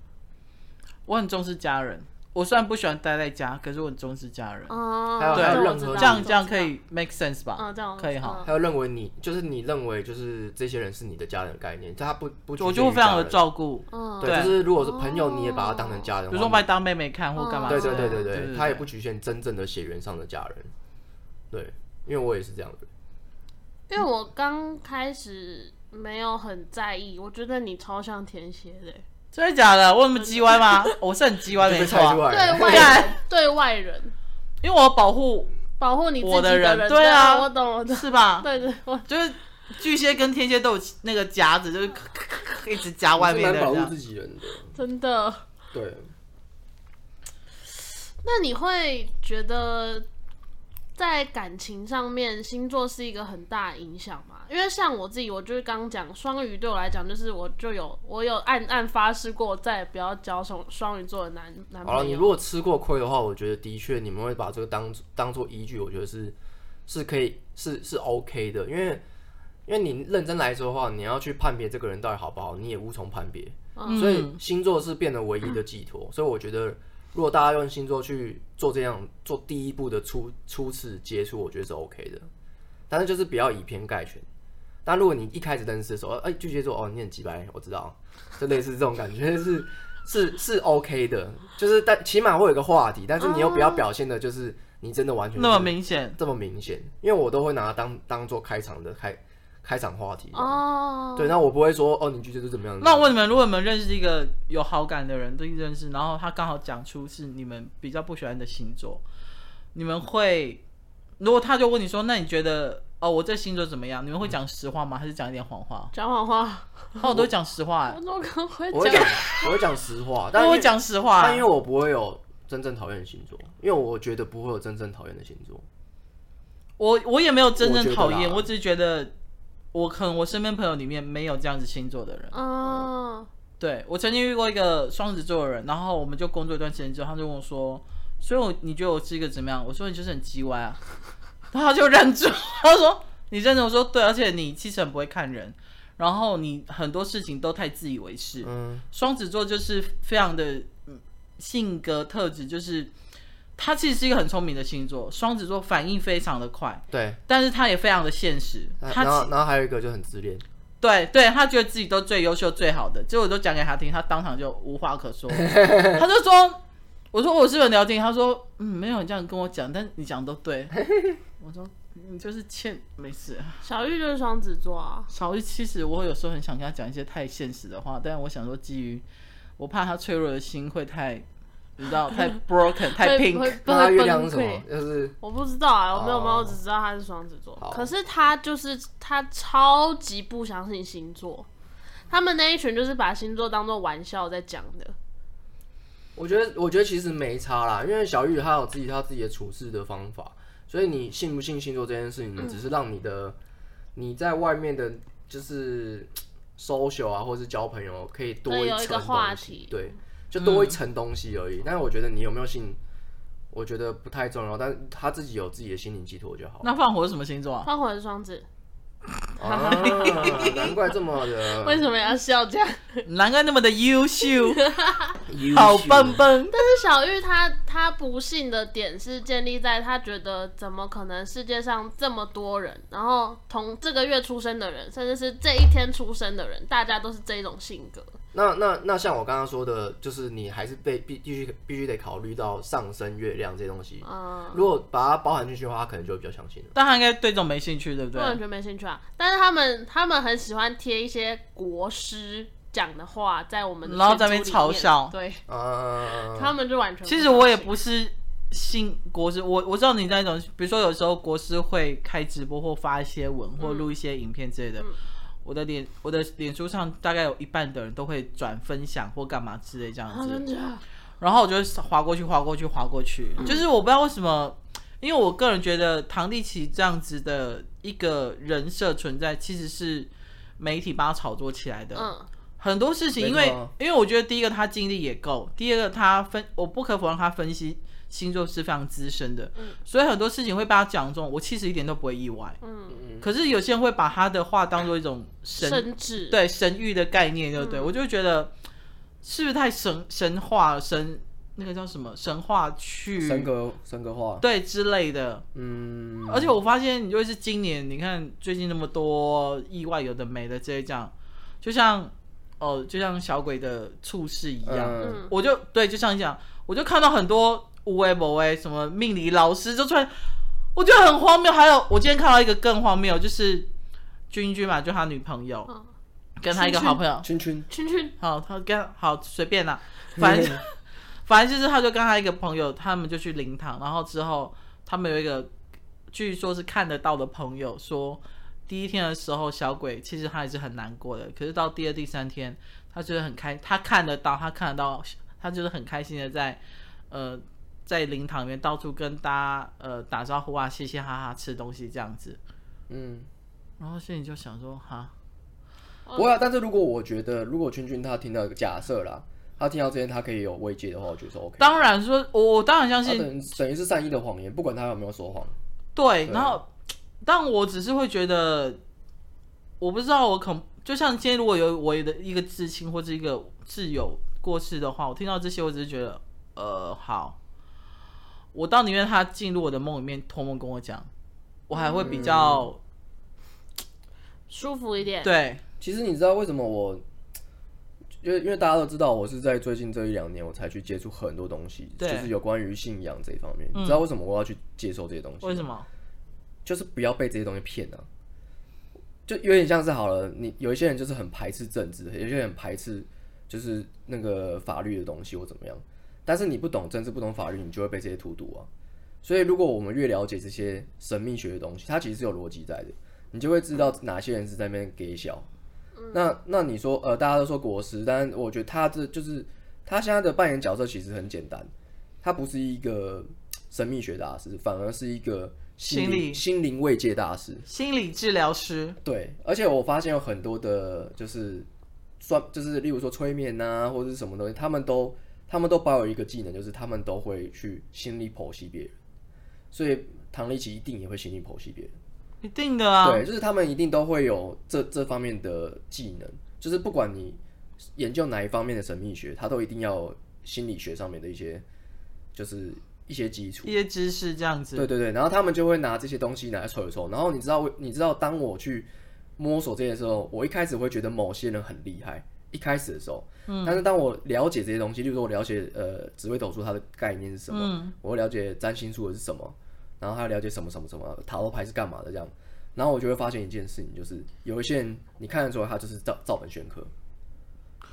C: 我很重视家人，我虽然不喜欢待在家，可是我很重视家人。啊
A: 嗯，
B: 还有
A: 对
B: 还有
A: 我
B: 任
A: 知
B: 何
A: 道
C: 这样
A: 我
C: 这样
A: 知
C: 可
A: 道
C: 以 make sense 吧？
A: 嗯，这样我
C: 可以
A: 知道
C: 哈。
B: 他又认为你就是你认为就是这些人是你的家人的概念，他不不局限于
C: 我就会非常
B: 家
C: 的
B: 人
C: 照顾，
A: 嗯，
B: 对，
C: 对哦
B: 就是如果是朋友，你也把他当成家人的
C: 比
B: 话，
C: 如说我把你当妹妹看或干嘛
A: 把
C: 之
B: 对
C: 类
B: 对
C: 的。
B: 对对
C: 对
B: 对，他也不局限真正的血缘上的家人，对，因为我也是这样的人，
A: 因为我刚开始没有很在意，我觉得你超像天蝎的、欸
C: 真的假的？我有那么叽歪吗？ 我是很叽歪，
B: 就
C: 没
B: 被
C: 错
B: 猜出
C: 啊，
B: 来了
A: 对外人，对外人
C: 因为我保护
A: 保护你自己
C: 我的人
A: 人。
C: 对啊
A: 我懂，我懂。
C: 是吧？
A: 对对，我
C: 就是巨蟹跟天蝎都有那个夹子，就是 咔咔咔咔一直夹外
B: 你是
C: 面
B: 蛮
C: 的
B: 保
C: 这
B: 护
C: 样
B: 自。己人的，
A: 真的。
B: 对，
A: 那你会觉得在感情上面，星座是一个很大的影响嘛。因为像我自己，我就是刚讲双鱼，对我来讲就是我就有我有暗暗发誓过，我再也不要交双双鱼座的男男
B: 好了，
A: 朋
B: 你
A: 友。
B: 如果吃过亏的话，我觉得的确你们会把这个当当做依据，我觉得是是可以是是 OK 的，因为因为你认真来说的话，你要去判别这个人到底好不好，你也无从判别，
C: 嗯
B: 所以星座是变得唯一的寄托。所以我觉得，如果大家用星座去做这样做第一步的初初次接触，我觉得是 OK 的，但是就是不要以偏概全。但如果你一开始认识的时候，哎、巨蟹座哦，你很鸡白，我知道，就类似这种感觉 是是是 OK 的，就是但起码会有一个话题，但是你又不要表现的，就是你真的完全
C: 那么
B: 是
C: 明显，
B: 这么明显，因为我都会拿它当当做开场的开开场话题。
A: 哦，
B: 对，那我不会说哦，你巨蟹座怎么样？
C: 那我问你们，如果你们认识一个有好感的人，对认识，然后他刚好讲出是你们比较不喜欢的星座，你们会，如果他就问你说，那你觉得哦，我这星座怎么样？你们会讲实话吗？还是讲一点谎话？
A: 讲谎话，
C: 哦，我都讲实 话、
A: 我
C: 欸，
A: 怎么可能会
B: 我会
A: 讲
B: 讲？我会讲实 话，但
C: 那
B: 因
C: 我
B: 为
C: 讲实话、欸
B: 但因为我不会有真正讨厌的星座，因为我觉得不会有真正讨厌的星座。
C: 我我也没有真
B: 我觉
C: 正
B: 得
C: 讨厌，
B: 啦
C: 我只是觉得我可能我身边朋友里面没有这样子星座的人。
A: 嗯，
C: 对我曾经遇过一个双子座的人，然后我们就工作一段时间之后，他就问我说：“所以我你觉得我是一个怎么样？”我说：“你就是很叽歪啊。” 然后他就认住，他说：“你认真。”我说：“对，而且你其实很不会看人，然后你很多事情都太自以为是。
B: 嗯，
C: 双子座就是非常的嗯性格特质，就是他其实是一个很聪明的星座，双子座反应非常的快，
B: 对。
C: 但是他也非常的现实，
B: 那
C: 他
B: 然
C: 其
B: 后然后还有一个就很自恋，
C: 对对，他觉得自己都最优秀、最好的，结果我都讲给他听，他当场就无话可说， 他就说：“我说我是不是很了解你？”他说：“嗯，没有，你这样跟我讲，但你讲得都对。”我说：“你就是欠没事。
A: 小玉就是双子座啊”。
C: 少一其实我有时候很想跟他讲一些太现实的话，但是我想说，基于我怕他脆弱的心会太，你知 道，太 broken、太
A: 会
C: pink。
A: 会
B: 那他
A: 会
B: 月亮
A: 崩
B: 是什
A: 溃
B: 么？。就是
A: 我不知道啊，我没有
B: 哦
A: 猫，我只知道他是双子座。
B: 好
A: 可是他就是他超级不相信星座，他们那一群就是把星座当做玩笑在讲的。
B: 我觉得我觉得其实没差啦，因为小玉她有自己她自己的处事的方法，所以你信不信星座这件事情，你只是让你的、你在外面的就是 social 啊，或是交朋友可以多
A: 对
B: 一
A: 有一
B: 层
A: 个话
B: 东西
A: 题嗯
B: 对，就多一层东西而已。但是我觉得你有没有信，我觉得不太重要，但是他自己有自己的心灵寄托就好。
C: 那放火是什么星座啊？
A: 放火是双子，
B: 嗯啊，难怪这么的
A: 为什么要笑这样？
B: 嗯
C: 难怪那么的 优秀，
B: 优秀
C: 好笨笨。
A: 但是小玉她她不信的点是建立在她觉得怎么可能世界上这么多人，然后同这个月出生的人，甚至是这一天出生的人，大家都是这一种性格。
B: 那那那像我刚刚说的，就是你还是被必必须必须得考虑到上升、月亮这些东西。
A: 嗯，
B: 如果把它包含进去的话，他可能就会比较相信了。
C: 但他应该对这种没兴趣，对不
A: 我完
C: 对？
A: 全没兴趣啊。但是他们他们很喜欢贴一些国师讲的话在我们的
C: 然后
A: 群组
C: 在那边
A: 里
C: 嘲
A: 面
C: 笑
A: 对
B: 啊，
A: 他们就完全。
C: 其实我也不，是信国师，我我知道你那种，比如说有时候国师会开直播或发一些文或录一些影片之类的。我的脸，我的脸书上大概有一半的人都会转分享或干嘛之类这样
A: 啊
C: 子，
A: 真的
C: 然后我就划过去，划过去，划过去，就是我不知道为什么，因为我个人觉得唐立奇这样子的一个人设存在，其实是媒体帮他炒作起来的。
A: 嗯，
C: 很多事情，
B: 没
C: 因
B: 错啊
C: 为因为我觉得第一个他经历也够，第二个他分，我不可否认他分析星座是非常资深的，所以很多事情会被他讲中，我其实一点都不会意外。嗯，可是有些人会把他的话当做一种神
A: 甚至
C: 对神域的概念，对不对？我就会觉得是不是太神神话神那个叫什么神话去
B: 嗯
D: 神格神格化，
C: 对之类的，
D: 嗯，
C: 而且我发现，你就是今年，你看最近那么多意外，有的没的这些这样，就像哦，就像小鬼的猝事一样，
D: 嗯，
A: 嗯
C: 我就对，就像你讲，我就看到很多无为某为什么命理老师就出来，我觉得很荒谬。还有，我今天看到一个更荒谬，就是君君嘛，就他女朋友
A: 嗯
C: 跟他一个好朋友，
D: 圈圈，
A: 圈圈
C: 好，他跟好随便啦，
B: 嗯
C: 反正就反正就是他就跟他一个朋友，他们就去灵堂，然后之后他们有一个据说是看得到的朋友说，第一天的时候小鬼其实他也是很难过的，可是到第二第三天，他就是很开，他看得到，他看得到，他就是很开心的在呃在灵堂里面到处跟大家呃打招呼啊，嘻嘻哈哈吃东西这样子。
B: 嗯，
C: 然后心里就想说，哈，
B: 不会啊。但是如果我觉得，如果君君他听到一个假设啦，他听到这些他可以有慰藉的话，我觉得是 OK。哦
C: 当然说，我我当然相
B: 他
C: 信
B: 等等于是善意的谎言，不管他有没有说谎。
C: 对，
B: 对
C: 然后，但我只是会觉得，我不知道，我恐就像今天如果有我的一个至亲或者一个挚友过世的话，我听到这些，我只是觉得，呃，好，我倒宁愿他进入我的梦里面托梦跟我讲，我还会比较、
A: 舒服一
B: 嗯
A: 点。
C: 对，
B: 其实你知道为什么我？因为因为大家都知道，我是在最近这一两年我才去接触很多东西，就
C: 对
B: 是有关于信仰这一方面。你知道为什么我要去接受这些东西？
C: 为什么？
B: 就是不要被这些东西骗啊！就有点像是好了，你有一些人就是很排斥政治，有些人很排斥就是那个法律的东西或怎么样，但是你不懂政治、不懂法律，你就会被这些荼毒啊。所以，如果我们越了解这些神秘学的东西，它其实是有逻辑在的，你就会知道哪些人是在那边给小。那那你说，呃，大家都说国师，但我觉得他这就是他现在的扮演角色其实很简单，他不是一个神秘学大师，反而是一个心
C: 心
B: 灵
C: 理
B: 心灵慰藉大师。
C: 心理治疗师，
B: 对，而且我发现有很多的，就是算就是例如说催眠呐、或者是什么东西，他们都他们都保有一个技能，就是他们都会去心理剖析别人，所以唐立奇一定也会心理剖析别人。
C: 一定的啊，
B: 对，就是他们一定都会有这这方面的技能，就是不管你研究哪一方面的神秘学，他都一定要有心理学上面的一些，就是一些基础。
C: 一些知识这样子，
B: 对对对，然后他们就会拿这些东西拿来抽一抽。然后你知道我，你知道，当我去摸索这些的时候，我一开始会觉得某些人很厉害，一开始的时候，
C: 嗯
B: 但是当我了解这些东西，例如说我了解呃紫微斗数它的概念是什么，
C: 嗯
B: 我了解占星术的是什么，然后还有了解什么什么什么塔罗牌是干嘛的这样，然后我就会发现一件事情，就是有一些人你看得出来他就是照照本宣科，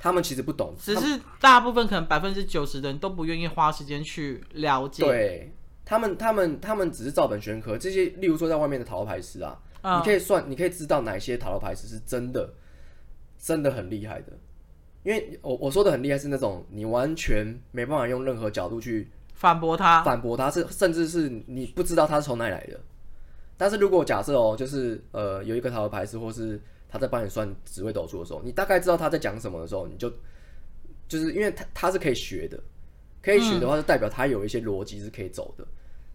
B: 他们其实不懂，
C: 只是大部分可能百分之九十的人都不愿意花时间去了解，
B: 对他们，他们，他们只是照本宣科。这些，例如说在外面的塔罗牌师啊，
C: 嗯
B: 你可以算，你可以知道哪些塔罗牌师是真的，真的很厉害的。因为我我说的很厉害是那种你完全没办法用任何角度去
C: 反驳他，
B: 反驳他，是甚至是你不知道他是从哪里来的。但是如果假设哦，就是呃有一个塔罗牌师，或是他在帮你算紫微斗数的时候，你大概知道他在讲什么的时候，你就就是因为他他是可以学的，可以学的话就代表他有一些逻辑是可以走的，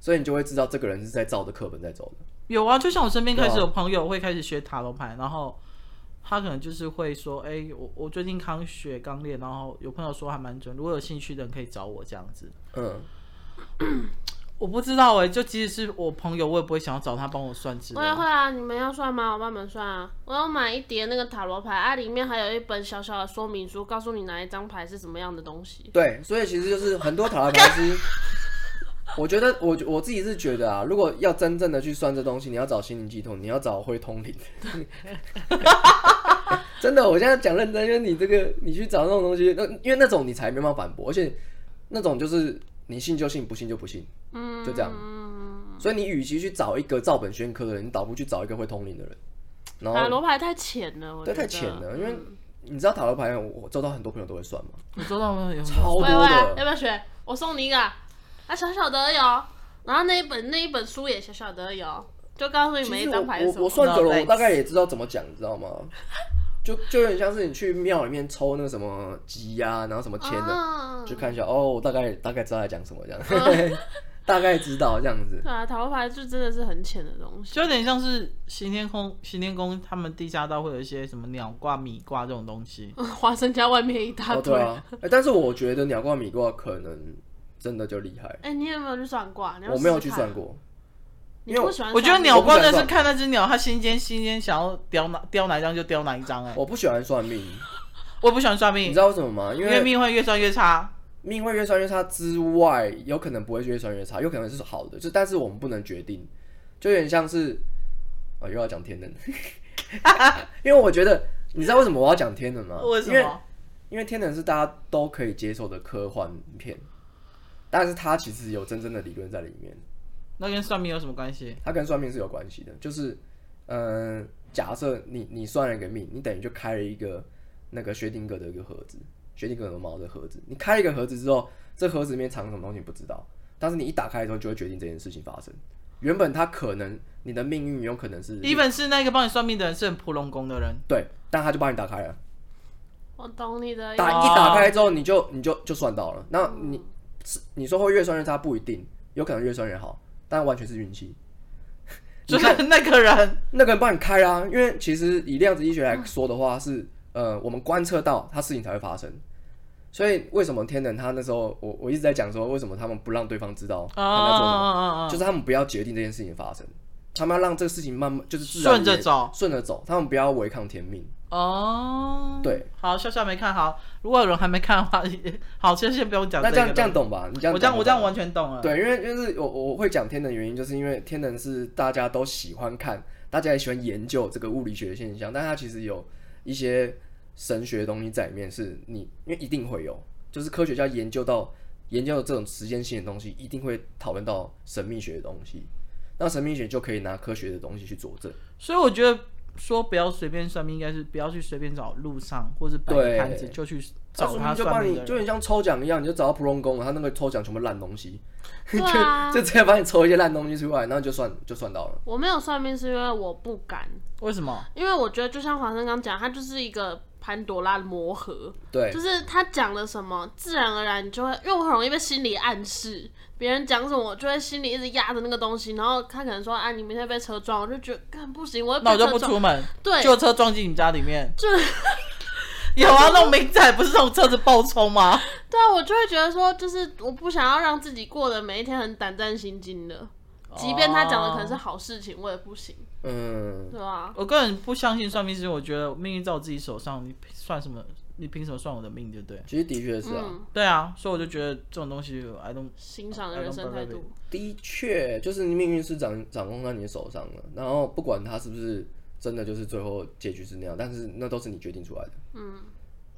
B: 所以你就会知道这个人是在照着课本在走的。
C: 有啊，就像我身边
B: 对啊
C: 开始有朋友会开始学塔罗牌，然后他可能就是会说，哎、我我最近刚学刚练，然后有朋友说还蛮准，如果有兴趣的人可以找我这样子。
B: 嗯，
C: 我不知道哎、就即使是我朋友，我也不会想要找他帮我算之类
A: 我也
C: 的。
A: 会啊，你们要算吗？我帮你们算啊。我有买一叠那个塔罗牌啊，里面还有一本小小的说明书，告诉你哪一张牌是什么样的东西。
B: 对，所以其实就是很多塔罗牌 师，我觉得我我自己是觉得啊，如果要真正的去算这东西，你要找心灵寄托，你要找会 通灵。真的，我现在讲认真，因为你这个你去找那种东西，那因为那种你才没办法反驳，而且那种就是你信就信，不信就不信，
A: 嗯，
B: 就这样。所以你与其去找一个照本宣科的人，你倒不如去找一个会通灵的人。然
A: 塔
B: 后，
A: 罗牌太浅了，我觉
B: 对，
A: 得嗯
B: 太浅了，因为你知道塔罗牌，我周到很多朋友都会算嘛，
C: 我知道吗？有
B: 超多
A: 喂喂，要不
B: 的。
A: 要学？我送你一个啊，啊小小的而已哦。然后那一本那一本书也小小的而已哦，就告诉你
B: 其
A: 每
B: 实
A: 一
B: 我
A: 张牌是什
B: 我
A: 么。
B: 我算久了，
C: No
B: 我大概也知道怎么讲，你知道吗？ 就就有点像是你去庙里面抽那个什么吉呀、然后什么签的，
A: 啊
B: 就看一下哦，我大概大概知道在讲什么这
A: 哦
B: 样， 大概知道这样 子。
A: 对啊，塔罗牌就真的是很浅的东西。
C: 就有点像是行天宫、行天宫他们地下道会有一些什么鸟挂、米挂这种东西。
A: 华生家外面一大
B: 哦，
A: 堆。
B: 对
A: 哎、
B: 啊，哎但是我觉得鸟挂米挂可能真的就厉害，
A: 哎你有没有去算卦？你要
B: 我没有
A: 试试
B: 去
A: 看
B: 算。过。
A: 你
B: 因为
A: 不
B: 我
A: 喜欢算
C: 我觉得
A: 命
C: 鸟
B: 我不
C: 挂
B: 敢
C: 那是
B: 算
C: 看那只鸟，它心间心间想要叼哪叼哪一张就叼哪一张哎、
B: 我不喜欢算命，
C: 我也不喜欢算
A: 嗯
B: 你
C: 命
B: 知，道为什么吗？因
C: 因为
B: 为
C: 命会越算越差。
B: 命会越算越差之外，有可能不会越算越差，有可能是好的，就但是我们不能决定，就有点像是，哦，又要讲天能， 因为我觉得你知道为什么我要讲天能吗？
C: 为什
B: 嗯因为
C: 么？
B: 因为天能是大家都可以接受的科幻片，但是它其实有真正的理论在里面，
C: 那跟算命有什么关系？
B: 它跟算命是有关系的，就是，嗯、假设你你算了一个命，你等于就开了一个那个薛定谔的一个盒子，薛定谔的猫的盒子，你开了一个盒子之后，这盒子里面藏什么东西不知道，但是你一打开的时候，就会决定这件事情发生。原本他可能你的命运有可能是
C: even 是那个帮你算命的人是很普龙宫的人，
B: 对，但他就帮你打开了。
A: 我懂你的意思
B: 打一打开之后，你就你就就算到了。那你是你说会越算越差不一定，有可能越算越好，但完全是运气。
C: 就是那个人
B: 那个人帮你开啦、因为其实以量子力学来说的
C: 嗯
B: 话是，呃，我们观测到它事情才会发生。所以为什么天能他那时候，我我一直在讲说，为什么他们不让对方知
C: 哦
B: 道他们在做什么，
C: 啊，
B: 就是他们不要决定这件事情发生，他们要让这个事情慢慢就是自然
C: 顺着
B: 演
C: 走
B: 顺着走，他们不要违抗天命。
C: 哦，
B: 对，
C: 好，笑笑没看好，如果有人还没看的话，也好，先先不用讲
B: 那
C: 个
B: 这样
C: 了
B: 这样懂吧？你这样
C: 我这样
B: 懂
C: 我
B: 吧
C: 这样完全懂
A: 嗯
C: 了，，
B: 对，因为就是我我会讲天能的原因，就是因为天能是大家都喜欢看，大家也喜欢研究这个物理学现象，但它其实有一些神学东西在里面，是你因为一定会有，就是科学家研究到研究这种时间性的东西，一定会讨论到神秘学的东西。那神秘学就可以拿科学的东西去佐证，
C: 所以我觉得。说不要随便算命，应该是不要去随便找路上或者摆
B: 对
C: 摊子就去找
B: 他
C: 他
B: 就帮
C: 算命
B: 你
C: 的人
B: 就很像抽奖一样，你就找到普通工了，他那个抽奖全部烂东西，，
A: 对啊
B: 就直接帮你抽一些烂东西出来，然后就算就算到了。
A: 我没有算命是因为我不敢，
C: 为什么？
A: 因为我觉得就像黄生刚讲，他就是一个潘多拉的魔盒，
B: 对，
A: 就是他讲了什么，自然而然你就会，因为我很容易被心理暗示，别人讲什么，我就会心里一直压着那个东西，然后他可能说啊，你明天被车撞，我就觉得干不行，我会被
C: 那我就
A: 车
C: 不
A: 哦撞
C: 出门，
A: 对，
C: 就车撞进你家里面。
A: 就
C: 有啊，那种民仔不是那种车子爆冲吗？
A: 对啊，我就会觉得说，就是我不想要让自己过得每一天很胆战心惊的，
C: 哦
A: 即便他讲的可能是好事情，我也不行，
B: 嗯，
A: 对啊吧、
C: 我个人不相信算命是因为我觉得命运在我自己手上，你算什么？你凭什么算我的命，对不对？
B: 其实的确是啊。
A: 嗯，
C: 对啊，所以我就觉得这种东西，I don't
A: 欣赏的人生态度，
B: 的确，就是你命运是掌掌控在你的手上了，然后不管它是不是真的就是最后结局是那样，但是那都是你决定出来的。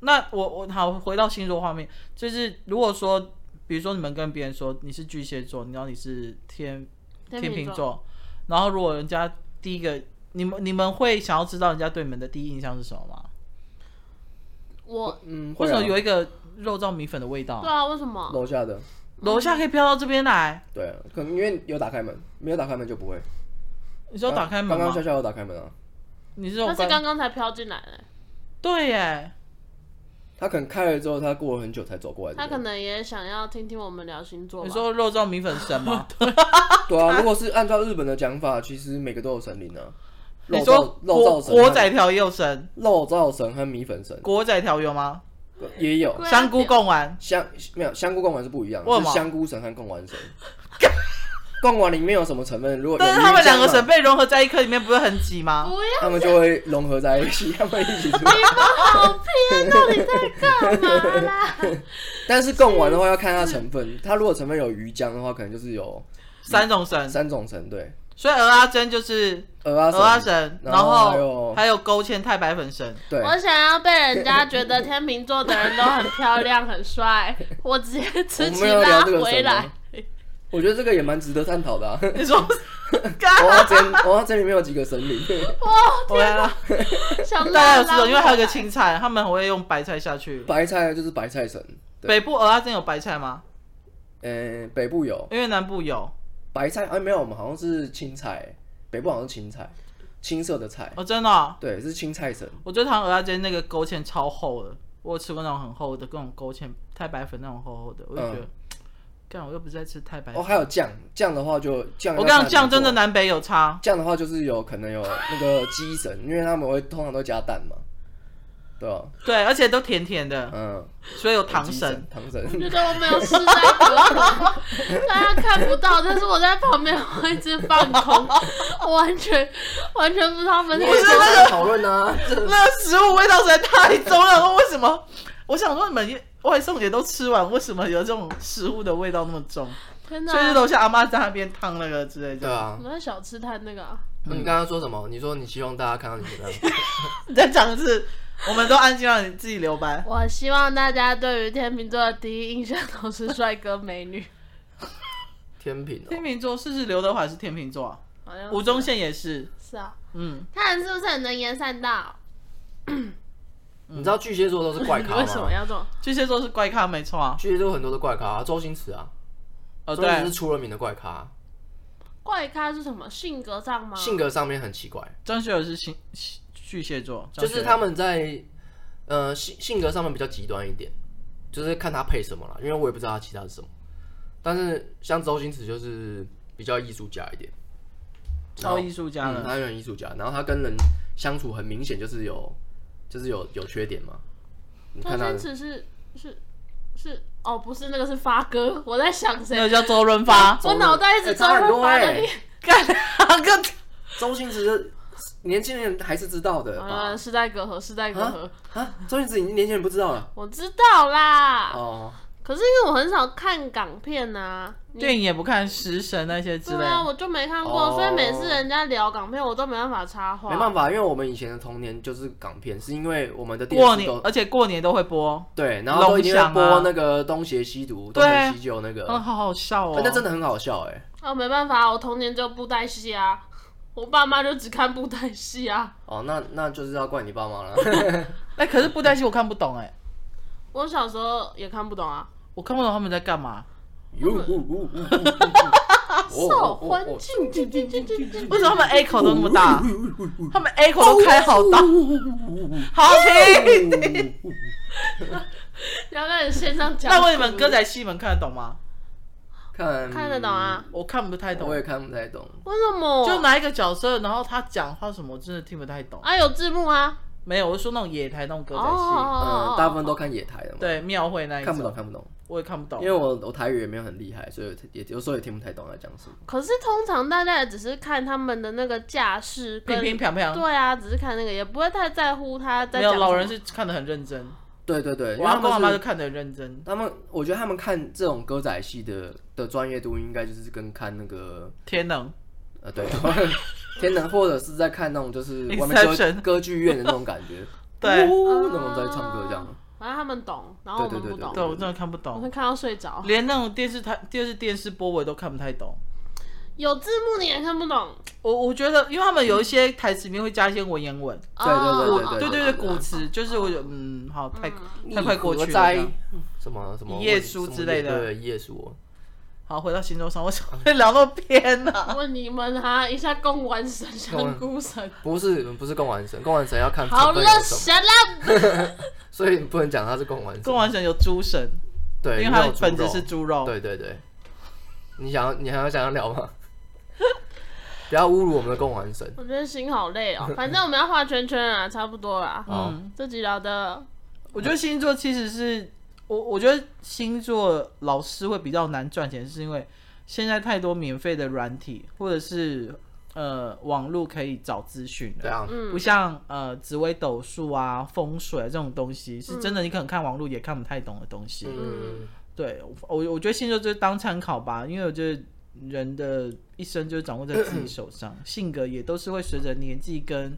C: 那我我好回到星座画面，就是如果说，比如说你们跟别人说你是巨蟹座，你知道你是天
A: 天
C: 天
A: 秤
C: 秤
A: 座
C: 座，然后如果人家第一个，你们你们会想要知道人家对你们的第一印象是什么吗？
A: 我
B: 嗯，
C: 为
B: 会
C: 什
B: 啊
C: 么，有一个肉燥米粉的味道
A: 对？啊，为什么？
B: 楼下的，
C: 楼下可以飘到这边来？
B: 对啊，可能因为有打开门，没有打开门就不会。
C: 你说打开门
B: 啊刚刚
C: 吗
B: 笑？笑有打开门啊，
C: 你是
A: 他
C: 我
A: 是刚刚才飘进来的、
C: 对耶，
B: 他可能开了之后，他过了很久才走过来。
A: 他可能也想要听听我们聊星座吧。
C: 你说肉燥米粉神吗？
B: 对啊，如果是按照日本的讲法，其实每个都有神灵啊。肉
C: 你
B: 燥
C: 说
B: 肉
C: 锅
B: 燥神
C: 锅
B: 和，
C: 仔条也有神，
B: 肉燥神和米粉神
C: 锅仔条有吗？
B: 也有
A: 对啊
C: 香菇贡丸，
B: 香没有香菇贡丸是不一样的，
C: 为什
B: 是
C: 么
B: 香菇神和贡丸神。贡丸里面有什么成分？如果有
C: 但是他们
B: 鱼浆啊
C: 两个
B: 嘛
C: 神被融合在一颗里面，不是很挤吗？
A: 不要
B: 他们就会融合在一起，他们一起出来。
A: 好偏，到底在干嘛 啦？
B: 但是贡丸的话要看它成分，它如果成分有鱼浆的话，可能就是有
C: 三种神，
B: 三种神对，
C: 所以鹅阿珍就是
B: 鹅啊
C: 鹅阿神，
B: 然
C: 然
B: 后还
C: 后
B: 有
C: 还有勾芡太白 粉神。
B: 对，
A: 我想要被人家觉得天秤座的人都很漂亮、很帅，我直接吃
B: 我
A: 起
B: 们要聊
A: 拉
B: 这个
A: 回
B: 神
A: 来
B: 吗。我觉得这个也蛮值得探讨的、啊。
C: 你说，
B: 我要真，我要真里面有几个神灵，
C: 对啊，
A: 想
C: 大家有
A: 拉
C: 四种，因为还有一个
A: 情。
C: 青菜，他们很会用白菜下去。
B: 白菜就是白菜神，对，
C: 北部鹅阿珍有白菜吗？
B: 呃，北部有
C: 因为南部有，
B: 白菜，哎，没有，我们好像是青菜，北部好像是青菜，青色的菜，
C: 哦，真的哦、
B: 对，是青菜神。
C: 我最讨厌鹅阿珍那个勾芡超厚的，我有吃过那种很厚的，各种勾芡太白粉那种厚厚的，我就觉得，干、我又不是在吃太白粉。
B: 哦，嗯还有酱，酱的话就酱，
C: 我跟你讲，酱真的南北有差。
B: 这样的话就是有可能有那个鸡神，因为他们会通常都加蛋嘛，对吧？
C: 对，而且都甜甜的，
B: 嗯，
C: 所以有糖
B: 鸡
C: 神。，
B: 唐
A: 我
B: 神，
A: 觉得我没有事在做，大家看不到，但是我在旁边我一直放空，我完全完全不知道他们在
B: 我
A: 干嘛
B: 在讨论啊，这
C: 那个食物味道实在太重了，为什么？ 我想说你们外送也都吃完，为什么有这种食物的味道那么重？
A: 天
C: 所以是
A: 哪！
C: 楼下阿妈在那边烫那个之 类
E: 对
C: 的。
E: 啊
A: 我。们在小吃摊那个啊、
B: 嗯
E: 你刚刚说什么？你说你希望大家看到你怎么样？
C: 你再讲一次，我们都安静让你自己留白。
A: 我希望大家对于天秤座的第一印象都是帅哥美女，
E: 天平哦
C: 天，秤座是不是刘德华是天秤座啊？
A: 好像是
C: 吴宗宪也是，
A: 是啊，
C: 嗯，
A: 看是不是很能言善道？
E: 你知道巨蟹座都是怪
A: 你
E: 咖
A: 为什么
E: 吗？
A: 要这种？
C: 巨蟹座是怪咖没错啊。
E: 巨蟹座很多都怪咖啊，周星驰啊，
C: 哦，
B: 周星
C: 对
B: 驰是，出了名的怪
E: 啊
B: 咖，
A: 怪咖是什么？性格上吗？
B: 性格上面很奇怪，
C: 张学友是星星巨蟹座，张
B: 就
C: 学
B: 是
C: 友
B: 他们在呃性性格上面比较极端一点，就是看他配什么啦，因为我也不知道他其他是什么。但是像周星驰就是比较艺术家一点，
C: 超哦艺术家
B: 嗯，
C: 了。
B: 他有点艺术家，然后他跟人相处很明显就是有就是有有缺点嘛。你
A: 周
B: 看他
A: 星驰是是是哦，不是那个是发哥，我在想
C: 那个
A: 谁？
C: 叫周润发，
A: 我脑袋一直
B: 哎
A: 周
B: 差很
A: 润
B: 多
A: 发的
B: 哎
A: 脸。
C: 干两个
B: 周星驰的年轻人还是知道的吧
A: 嗯，？时代隔阂，时代隔阂，
B: 啊，周星驰已经年轻人不知道了
A: 我知道啦。
B: 哦。
A: 可是因为我很少看港片呐、你
C: 电影也不看，食神那些之类
A: 对啊，
C: 的。
A: 我就没看过，所以每次
B: 哦
A: 人家聊港片，我都没办法插话。
B: 没办法，因为我们以前的童年就是港片，是因为我们的电
C: 过
B: 视
C: 年呃
B: 都，
C: 而且过年都会播，
B: 对，然后都一定
C: 龙
B: 会
C: 翔啊
B: 播那个《东邪西毒》《
C: 对
B: 东邪西就》那个，
C: 嗯，好好笑哦
B: 哎。那真的很好笑哎。
A: 啊，没办法，我童年就布袋戏啊，我爸妈就只看布袋戏啊。
B: 哦，那那就是要怪你爸 妈了。
C: 哎，可是布袋戏我看不懂哎，
A: 我小时候也看不懂啊，
C: 我看不懂他们在干嘛。
B: 呜呜呜呜哦呜呜
C: 哦
A: 受欢庆庆庆庆庆庆，
C: 为什么他们 echo 都那么大？他们 echo 都开好
B: 哦
C: 大，好听。
A: 要跟你线上讲。
C: 那问你们歌仔戏们看得懂吗？
B: 看
A: 看得懂啊？？
C: 我看不太懂
B: 我，也看不太懂。
A: 为什么？
C: 嗯就哪一个角色，然后他讲话什么，我真的听不太懂。
A: 啊，有字幕啊。
C: 没有，我是说那种野台那种歌
A: 哦
C: 仔
A: 哦
C: 戏，呃
A: 哦
B: 嗯，
A: 哦
B: 大部分都看野台的嘛。，
C: 对庙会那一
B: 看不懂，
C: 种，
B: 看不懂，
C: 我也看不懂
B: 因。为我我台语也没有很厉害，所以也有时候也听不太懂在讲什么。
A: 可是通常大家也只是看他们的那个架势跟
C: 乒乒乓乓，
A: 对啊，只是看那个，也不会太在乎他在讲
C: 没有
A: 什么。
C: 老人是看得很认真，
B: 对对对，因为
C: 我阿
B: 他
C: 公阿妈
B: 们
C: 就是看得很认真，
B: 他们，我觉得他们看这种歌仔戏的的专业度，应该就是跟看那个
C: 天能。
B: 呃，对， 天能或者是在看那种就是外面
C: Inception
B: 歌歌剧院的那种感觉，
C: 对
B: 呜那种在唱歌这样。
A: 反正他们懂，然后我们
B: 对
A: 不
B: 对对
A: 懂，
C: 对，我真的看不
A: 我
C: 懂
A: 会，看到睡着。
C: 连那种电视台、电视电视播我也都看不太懂。
A: 有字幕你也看不懂，
C: 我我觉得，因为他们有一些台词里面会加一些文言文，
B: 对对对
A: 哦
B: 对
C: 对
B: 对
C: 对对，古词，就是我有嗯，好，太太快过去了这
B: 在
C: 样。
B: 什么什么
C: 一页书之类的
B: 什么对，一页书哦。
C: 好，回到星座上，为什么会聊到偏呢、
A: 哦问你们啊，一下贡丸神、香菇神，
B: 不是不是贡丸神，贡丸神要看
A: 好
B: 成分
A: 了
B: 有， 什么，
A: 神啦，
B: 所以不能讲他是贡丸神。
C: 贡丸神有猪神，因
B: 对，
C: 为
B: 它
C: 它的本质是猪肉。
B: 对对对，你想要你还要想要聊吗？ 不要侮辱我们的贡丸神。
A: 我觉得心好累 哦。反正我们要画圈圈啊，差不多
C: 嗯
A: 啦。
B: 好，
A: 这集聊的
C: 我觉得星座其实是我，我觉得星座老师会比较难赚钱，是因为现在太多免费的软体或者是呃网络可以找资讯
B: 这
C: 的，
B: 样
C: 不像呃紫微斗数啊、风水啊这种东西，是真的你可能看网络也看不太懂的东西。
B: 嗯，
C: 对我，我觉得星座就是当参考吧，因为我觉得人的一生就是掌握在自己手上，性格也都是会随着年纪跟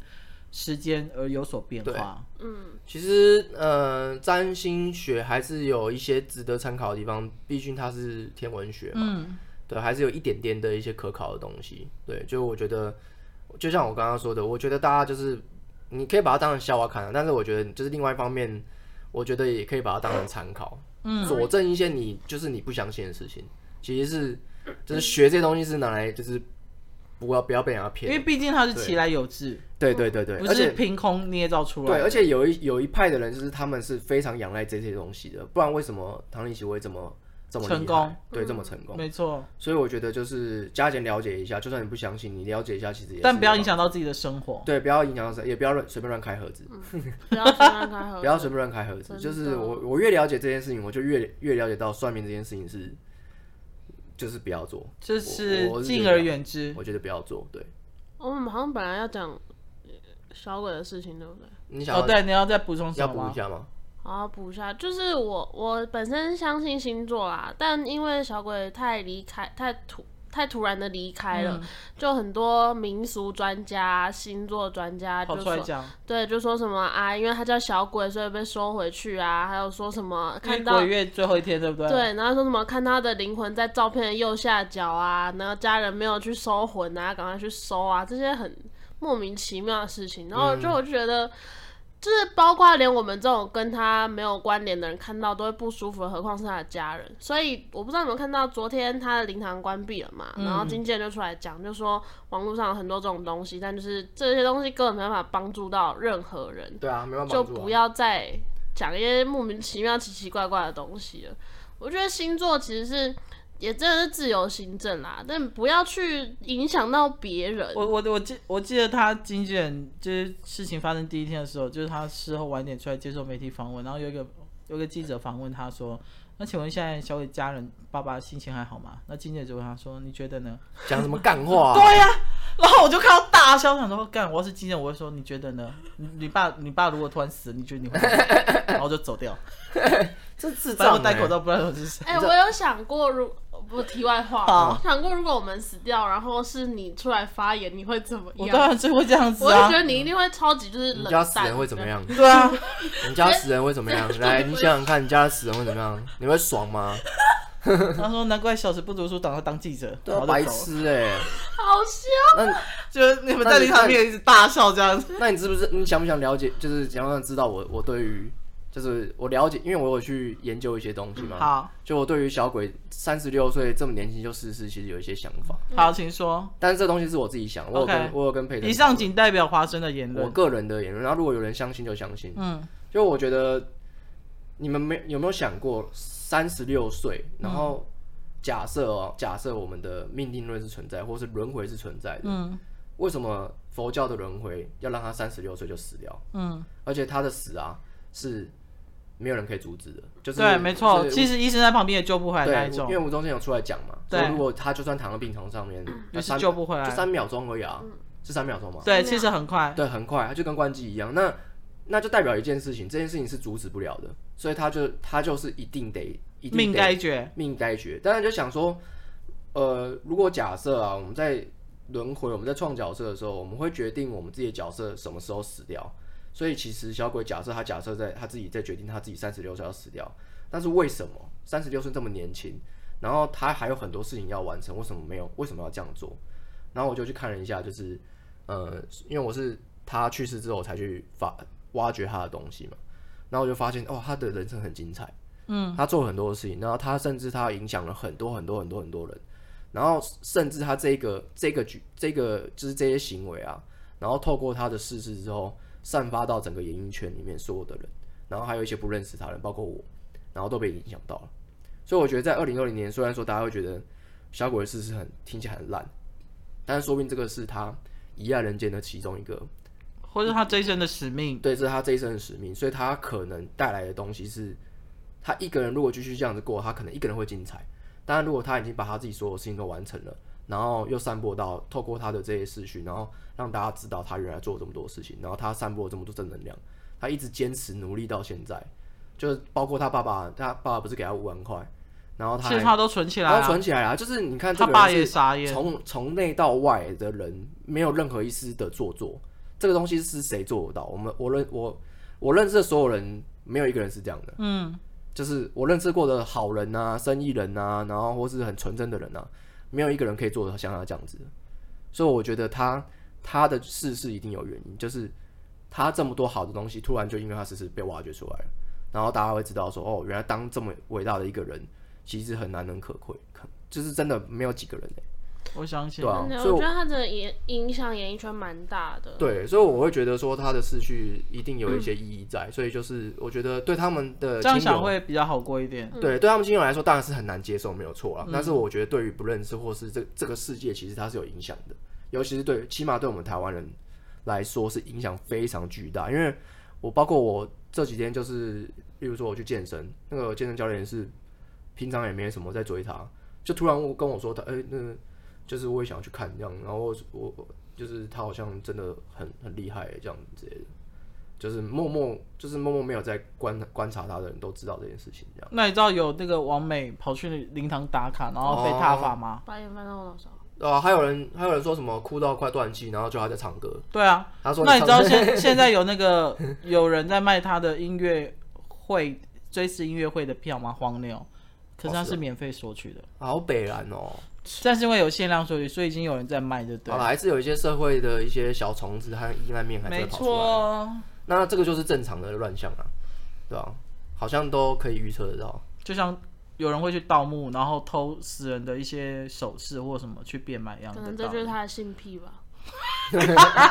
C: 时间而有所变化。
A: 嗯
B: 其实，呃，占星学还是有一些值得参考的地方，毕竟它是天文学嘛，
C: 嗯，
B: 对，还是有一点点的一些可考的东西。对，就我觉得，就像我刚刚说的，我觉得大家就是你可以把它当成笑话看啊，但是我觉得就是另外一方面，我觉得也可以把它当成参考，嗯，佐证一些你就是你不相信的事情。其实是，
C: 嗯
B: 就是学这些东西是拿来就是不要不要被人家
C: 因为
B: 骗，
C: 毕竟它是其来有志，
B: 对对对对，
C: 不
B: 而且
C: 是凭空捏造出来
B: 对，
C: 的。
B: 而且有一有一派的人，就是他们是非常仰赖这些东西的，不然为什么唐立奇会这么这么厉害
C: 成功？
B: 对，这么成功。
C: 没错，
B: 所以我觉得就是加减了解一下，就算你不相信，你了解一下其实也是。啊
C: 但不要影。响到自己的生活。
B: 对，不要影响到谁，也不要乱随便乱开盒子，
A: 不要随便开盒
B: 不，要随便乱开盒子。
A: 真的
B: 就是我我越了解这件事情，我就越越了解到算命这件事情是，就是不要做，
C: 就
B: 我我是觉得
C: 敬而远之。
B: 我觉得不要做。对，
A: 哦我们好像本来要讲呃小鬼的事情，对不对？
B: 你想
C: 哦，
B: 要
C: 对，你要再补充什
B: 要
C: 么
B: 补一
C: 吗？
B: 下
A: 嗯
B: 吗？
A: 好，补一下，就是我我本身相信星座啦，但因为小鬼太离开太突太突然的离开了，
C: 嗯
A: 就很多民俗专家、星座专家
C: 跑
A: 就
C: 出来
A: 说，
C: 讲，
A: 对，就说什么啊，因为他叫小鬼，所以被收回去啊，还有说什么看
C: 因为
A: 到
C: 鬼月最后一天，对不对？，
A: 对，然后说什么看他的灵魂在照片的右下角啊，然后家人没有去收
C: 嗯
A: 魂啊，赶快去收啊，这些很莫名其妙的事情。然后就我就觉得，就是包括连我们这种跟他没有关联的人看到都会不舒服，何况是他的家人。所以我不知道你们看到昨天他的灵堂关闭了嘛，然后
C: 嗯
A: 经纪人就出来讲，就说网络上有很多这种东西，但就是这些东西根本没办法帮助到任何人，
B: 对啊，没办法
A: 就
B: 帮助啊
A: 不要再讲一些莫名其妙、奇奇怪怪的东西了。我觉得星座其实是也真的是自由行政啦，但不要去影响到别人。
C: 我我我记我记得他经纪人就是事情发生第一天的时候，就是他事后晚点出来接受媒体访问，然后有一个有一个记者访问他说：“那请问现在小伟家人爸爸心情还好吗？”那经纪人就问他说：“你觉得呢
B: 讲什么干话、啊？
C: 对呀、然后我就看到大笑，想说：“干，我要是经纪人，我会说你觉得呢？ 你你爸你爸如果突然死，你觉得你会怎么样？” 然后我就走掉，
B: 这智
C: 反正
B: 障、
C: 我
B: 欸！
C: 戴口罩，不然我是谁？
A: 哎、我有想过如，哦不题外话，
C: 好
A: 我想过如果我们死掉，然后是你出来发言，你会怎么
C: 我
A: 样？欸
C: 当然是会这样子
A: 我就
C: 啊
A: 觉，得你一定会超级就是
B: 你
A: 冷
B: 家
A: 淡。
B: 死人会怎么？样？
C: 对啊，
B: 你家死人会怎么样？来，你想想看，你家死人会怎么样？你会爽吗？
C: 他说难怪小时不读书，长大当记者，
B: 对啊，
C: 然后
B: 白
C: 就走了，
B: 痴哎、
A: 好笑，
B: 那
C: 就是你们在灵堂面一直大笑这样子。
B: 那你知不知？你想不想了解？就是想不想知道我我对于就是我了解，因为我有去研究一些东西嘛。
C: 好
B: 就我对于小鬼三十六岁这么年轻就逝世，其实有一些想法。
C: 好，请说。
B: 但是这东西是我自己想，我有跟
C: OK
B: 我有跟佩珍
C: 以上
B: 讨
C: 仅代表华生的言
B: 论我
C: 论。
B: 个人的言论。然后如果有人相信就相信，
C: 嗯，
B: 就我觉得你们没有没有想过三十六岁，然后假设哦，
C: 嗯
B: 假设我们的命定论是存在，或是轮回是存在的，
C: 嗯
B: 为什么佛教的轮回要让他三十六岁就死掉？
C: 嗯，
B: 而且他的死啊是没有人可以阻止的，就是
C: 对，没错。
B: 就是
C: 其实医生在旁边也救不回来那
B: 对
C: 一，
B: 因
C: 种
B: 为。吴宗宪有出来讲嘛，
C: 对嗯
B: 说如果他就算躺在病床上面，那
C: 就是
B: 三
C: 救不回来
B: 就三秒钟而已啊，是三秒钟嘛？
C: 对，其实很快。
B: 对，很快，他就跟关机一样。那那就代表一件事情，这件事情是阻止不了的，所以他就他就是一定得一定
C: 命
B: 得
C: 该绝。
B: 命该绝。当然就想说，呃，如果假设啊，我们在轮回，我们在创角色的时候，我们会决定我们自己的角色什么时候死掉。所以其实小鬼假设他假设在他自己在决定他自己三十六岁要死掉，但是为什么三十六岁这么年轻，然后他还有很多事情要完成，为什么没有？为什么要这样做？然后我就去看了一下，就是呃，因为我是他去世之后才去发挖掘他的东西嘛，然后我就发现哦，他的人生很精彩。他做了很多的事情，然后他甚至他影响了很多很多很多很多人，然后甚至他这个这个举这个就是这些行为啊，然后透过他的逝世之后，散发到整个演艺圈里面所有的人，然后还有一些不认识他的人，包括我，然后都被影响到了。所以我觉得在二零二零年，虽然说大家会觉得小鬼的逝世很听起来很烂，但是说不定这个是他遗爱人间的其中一个
C: 或者他这一生的使命。
B: 对，这是他这一生的使命，所以他可能带来的东西是，他一个人如果继续这样子过，他可能一个人会精彩。当然，如果他已经把他自己所有事情都完成了，然后又散播到透过他的这些视讯，然后让大家知道他原来做了这么多事情，然后他散播了这么多正能量，他一直坚持努力到现在，就是包括他爸爸，他爸爸不是给他五万块，然哦后他
C: 其实
B: 还
C: 他都存起来
B: 然后
C: 了。
B: 存起来啊，就是你看这
C: 他
B: 个
C: 爸
B: 人
C: 也
B: 是
C: 傻眼。
B: 从从内到外的人没有任何一丝的做作，这个东西是谁做得到？我们我认我我认识的所有人，没有一个人是这样的。
C: 嗯，
B: 就是我认识过的好人啊、生意人啊，然后或是很纯真的人啊，没有一个人可以做得像他这样子的。所以我觉得他他的逝世一定有原因，就是他这么多好的东西，突然就因为他逝世被挖掘出来了，然后大家会知道说，哦，原来当这么伟大的一个人，其实很难能可贵，可就是真的没有几个人、欸。
C: 我相信
B: 对。啊
A: 真的
B: 所以
A: 我
B: 我
A: 觉得他的影影响演艺圈蛮大的。
B: 对，所以我会觉得说他的逝去一定有一些意义在，所以就是我觉得对他们的
C: 这样
B: 亲友
C: 想会比较好过一点。
B: 对对他们亲友来说当然是很难接受，没有错啦。啊但是我觉得对于不认识或是这这个世界，其实它是有影响的，尤其是对起码对我们台湾人来说是影响非常巨大。因为我包括我这几天就是，例如说我去健身，那个健身教练是平常也没什么在追他，就突然跟我说他，哎、那个就是我也想去看这样，然后我我我就是他好像真的很很厉害这样之类的。就是默默，就是默默没有在观观察他的人都知道这件事情，这样。
C: 那你知道有那个王美跑去灵堂打卡，然后被踏伐吗？
A: 把眼翻到我脑上。
B: 啊，还有人还有人说什么哭到快断气，然后就他在唱歌。
C: 对啊，
B: 他说
C: 那你知道
B: 唱歌
C: 现现在有那个有人在卖他的音乐会追思音乐会的票吗？黄牛，可是他
B: 哦是
C: 是
B: 啊
C: 免费索取的，
B: 好北然哦。
C: 但是因为有限量索取，所以已经有人在卖，对不对啊
B: 好？了，还是有一些社会的一些小虫子和阴暗面还是会
C: 没
B: 跑出来。
C: 错，
B: 那这个就是正常的乱象啊，对啊，好像都可以预测得到。
C: 就像有人会去盗墓，然后偷死人的一些首饰或什么去变卖一样
A: 可
C: 的道
A: 能
C: 理。
A: 这就是他的性癖吧。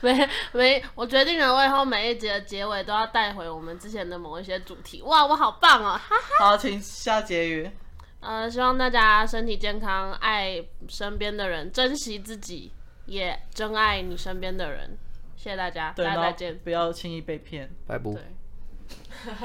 A: 没没，我决定了，我以后每一集的结尾都要带回我们之前的某一些主题。哇，我好棒哦！哈
C: 好，请下结语。
A: 呃，希望大家身体健康，爱身边的人，珍惜自己，也珍爱你身边的人。谢谢大家，
C: 对，
A: 大
C: 然
A: 家
C: 后
A: 再见。
C: 不要轻易被骗。
B: 拜拜。
A: 对。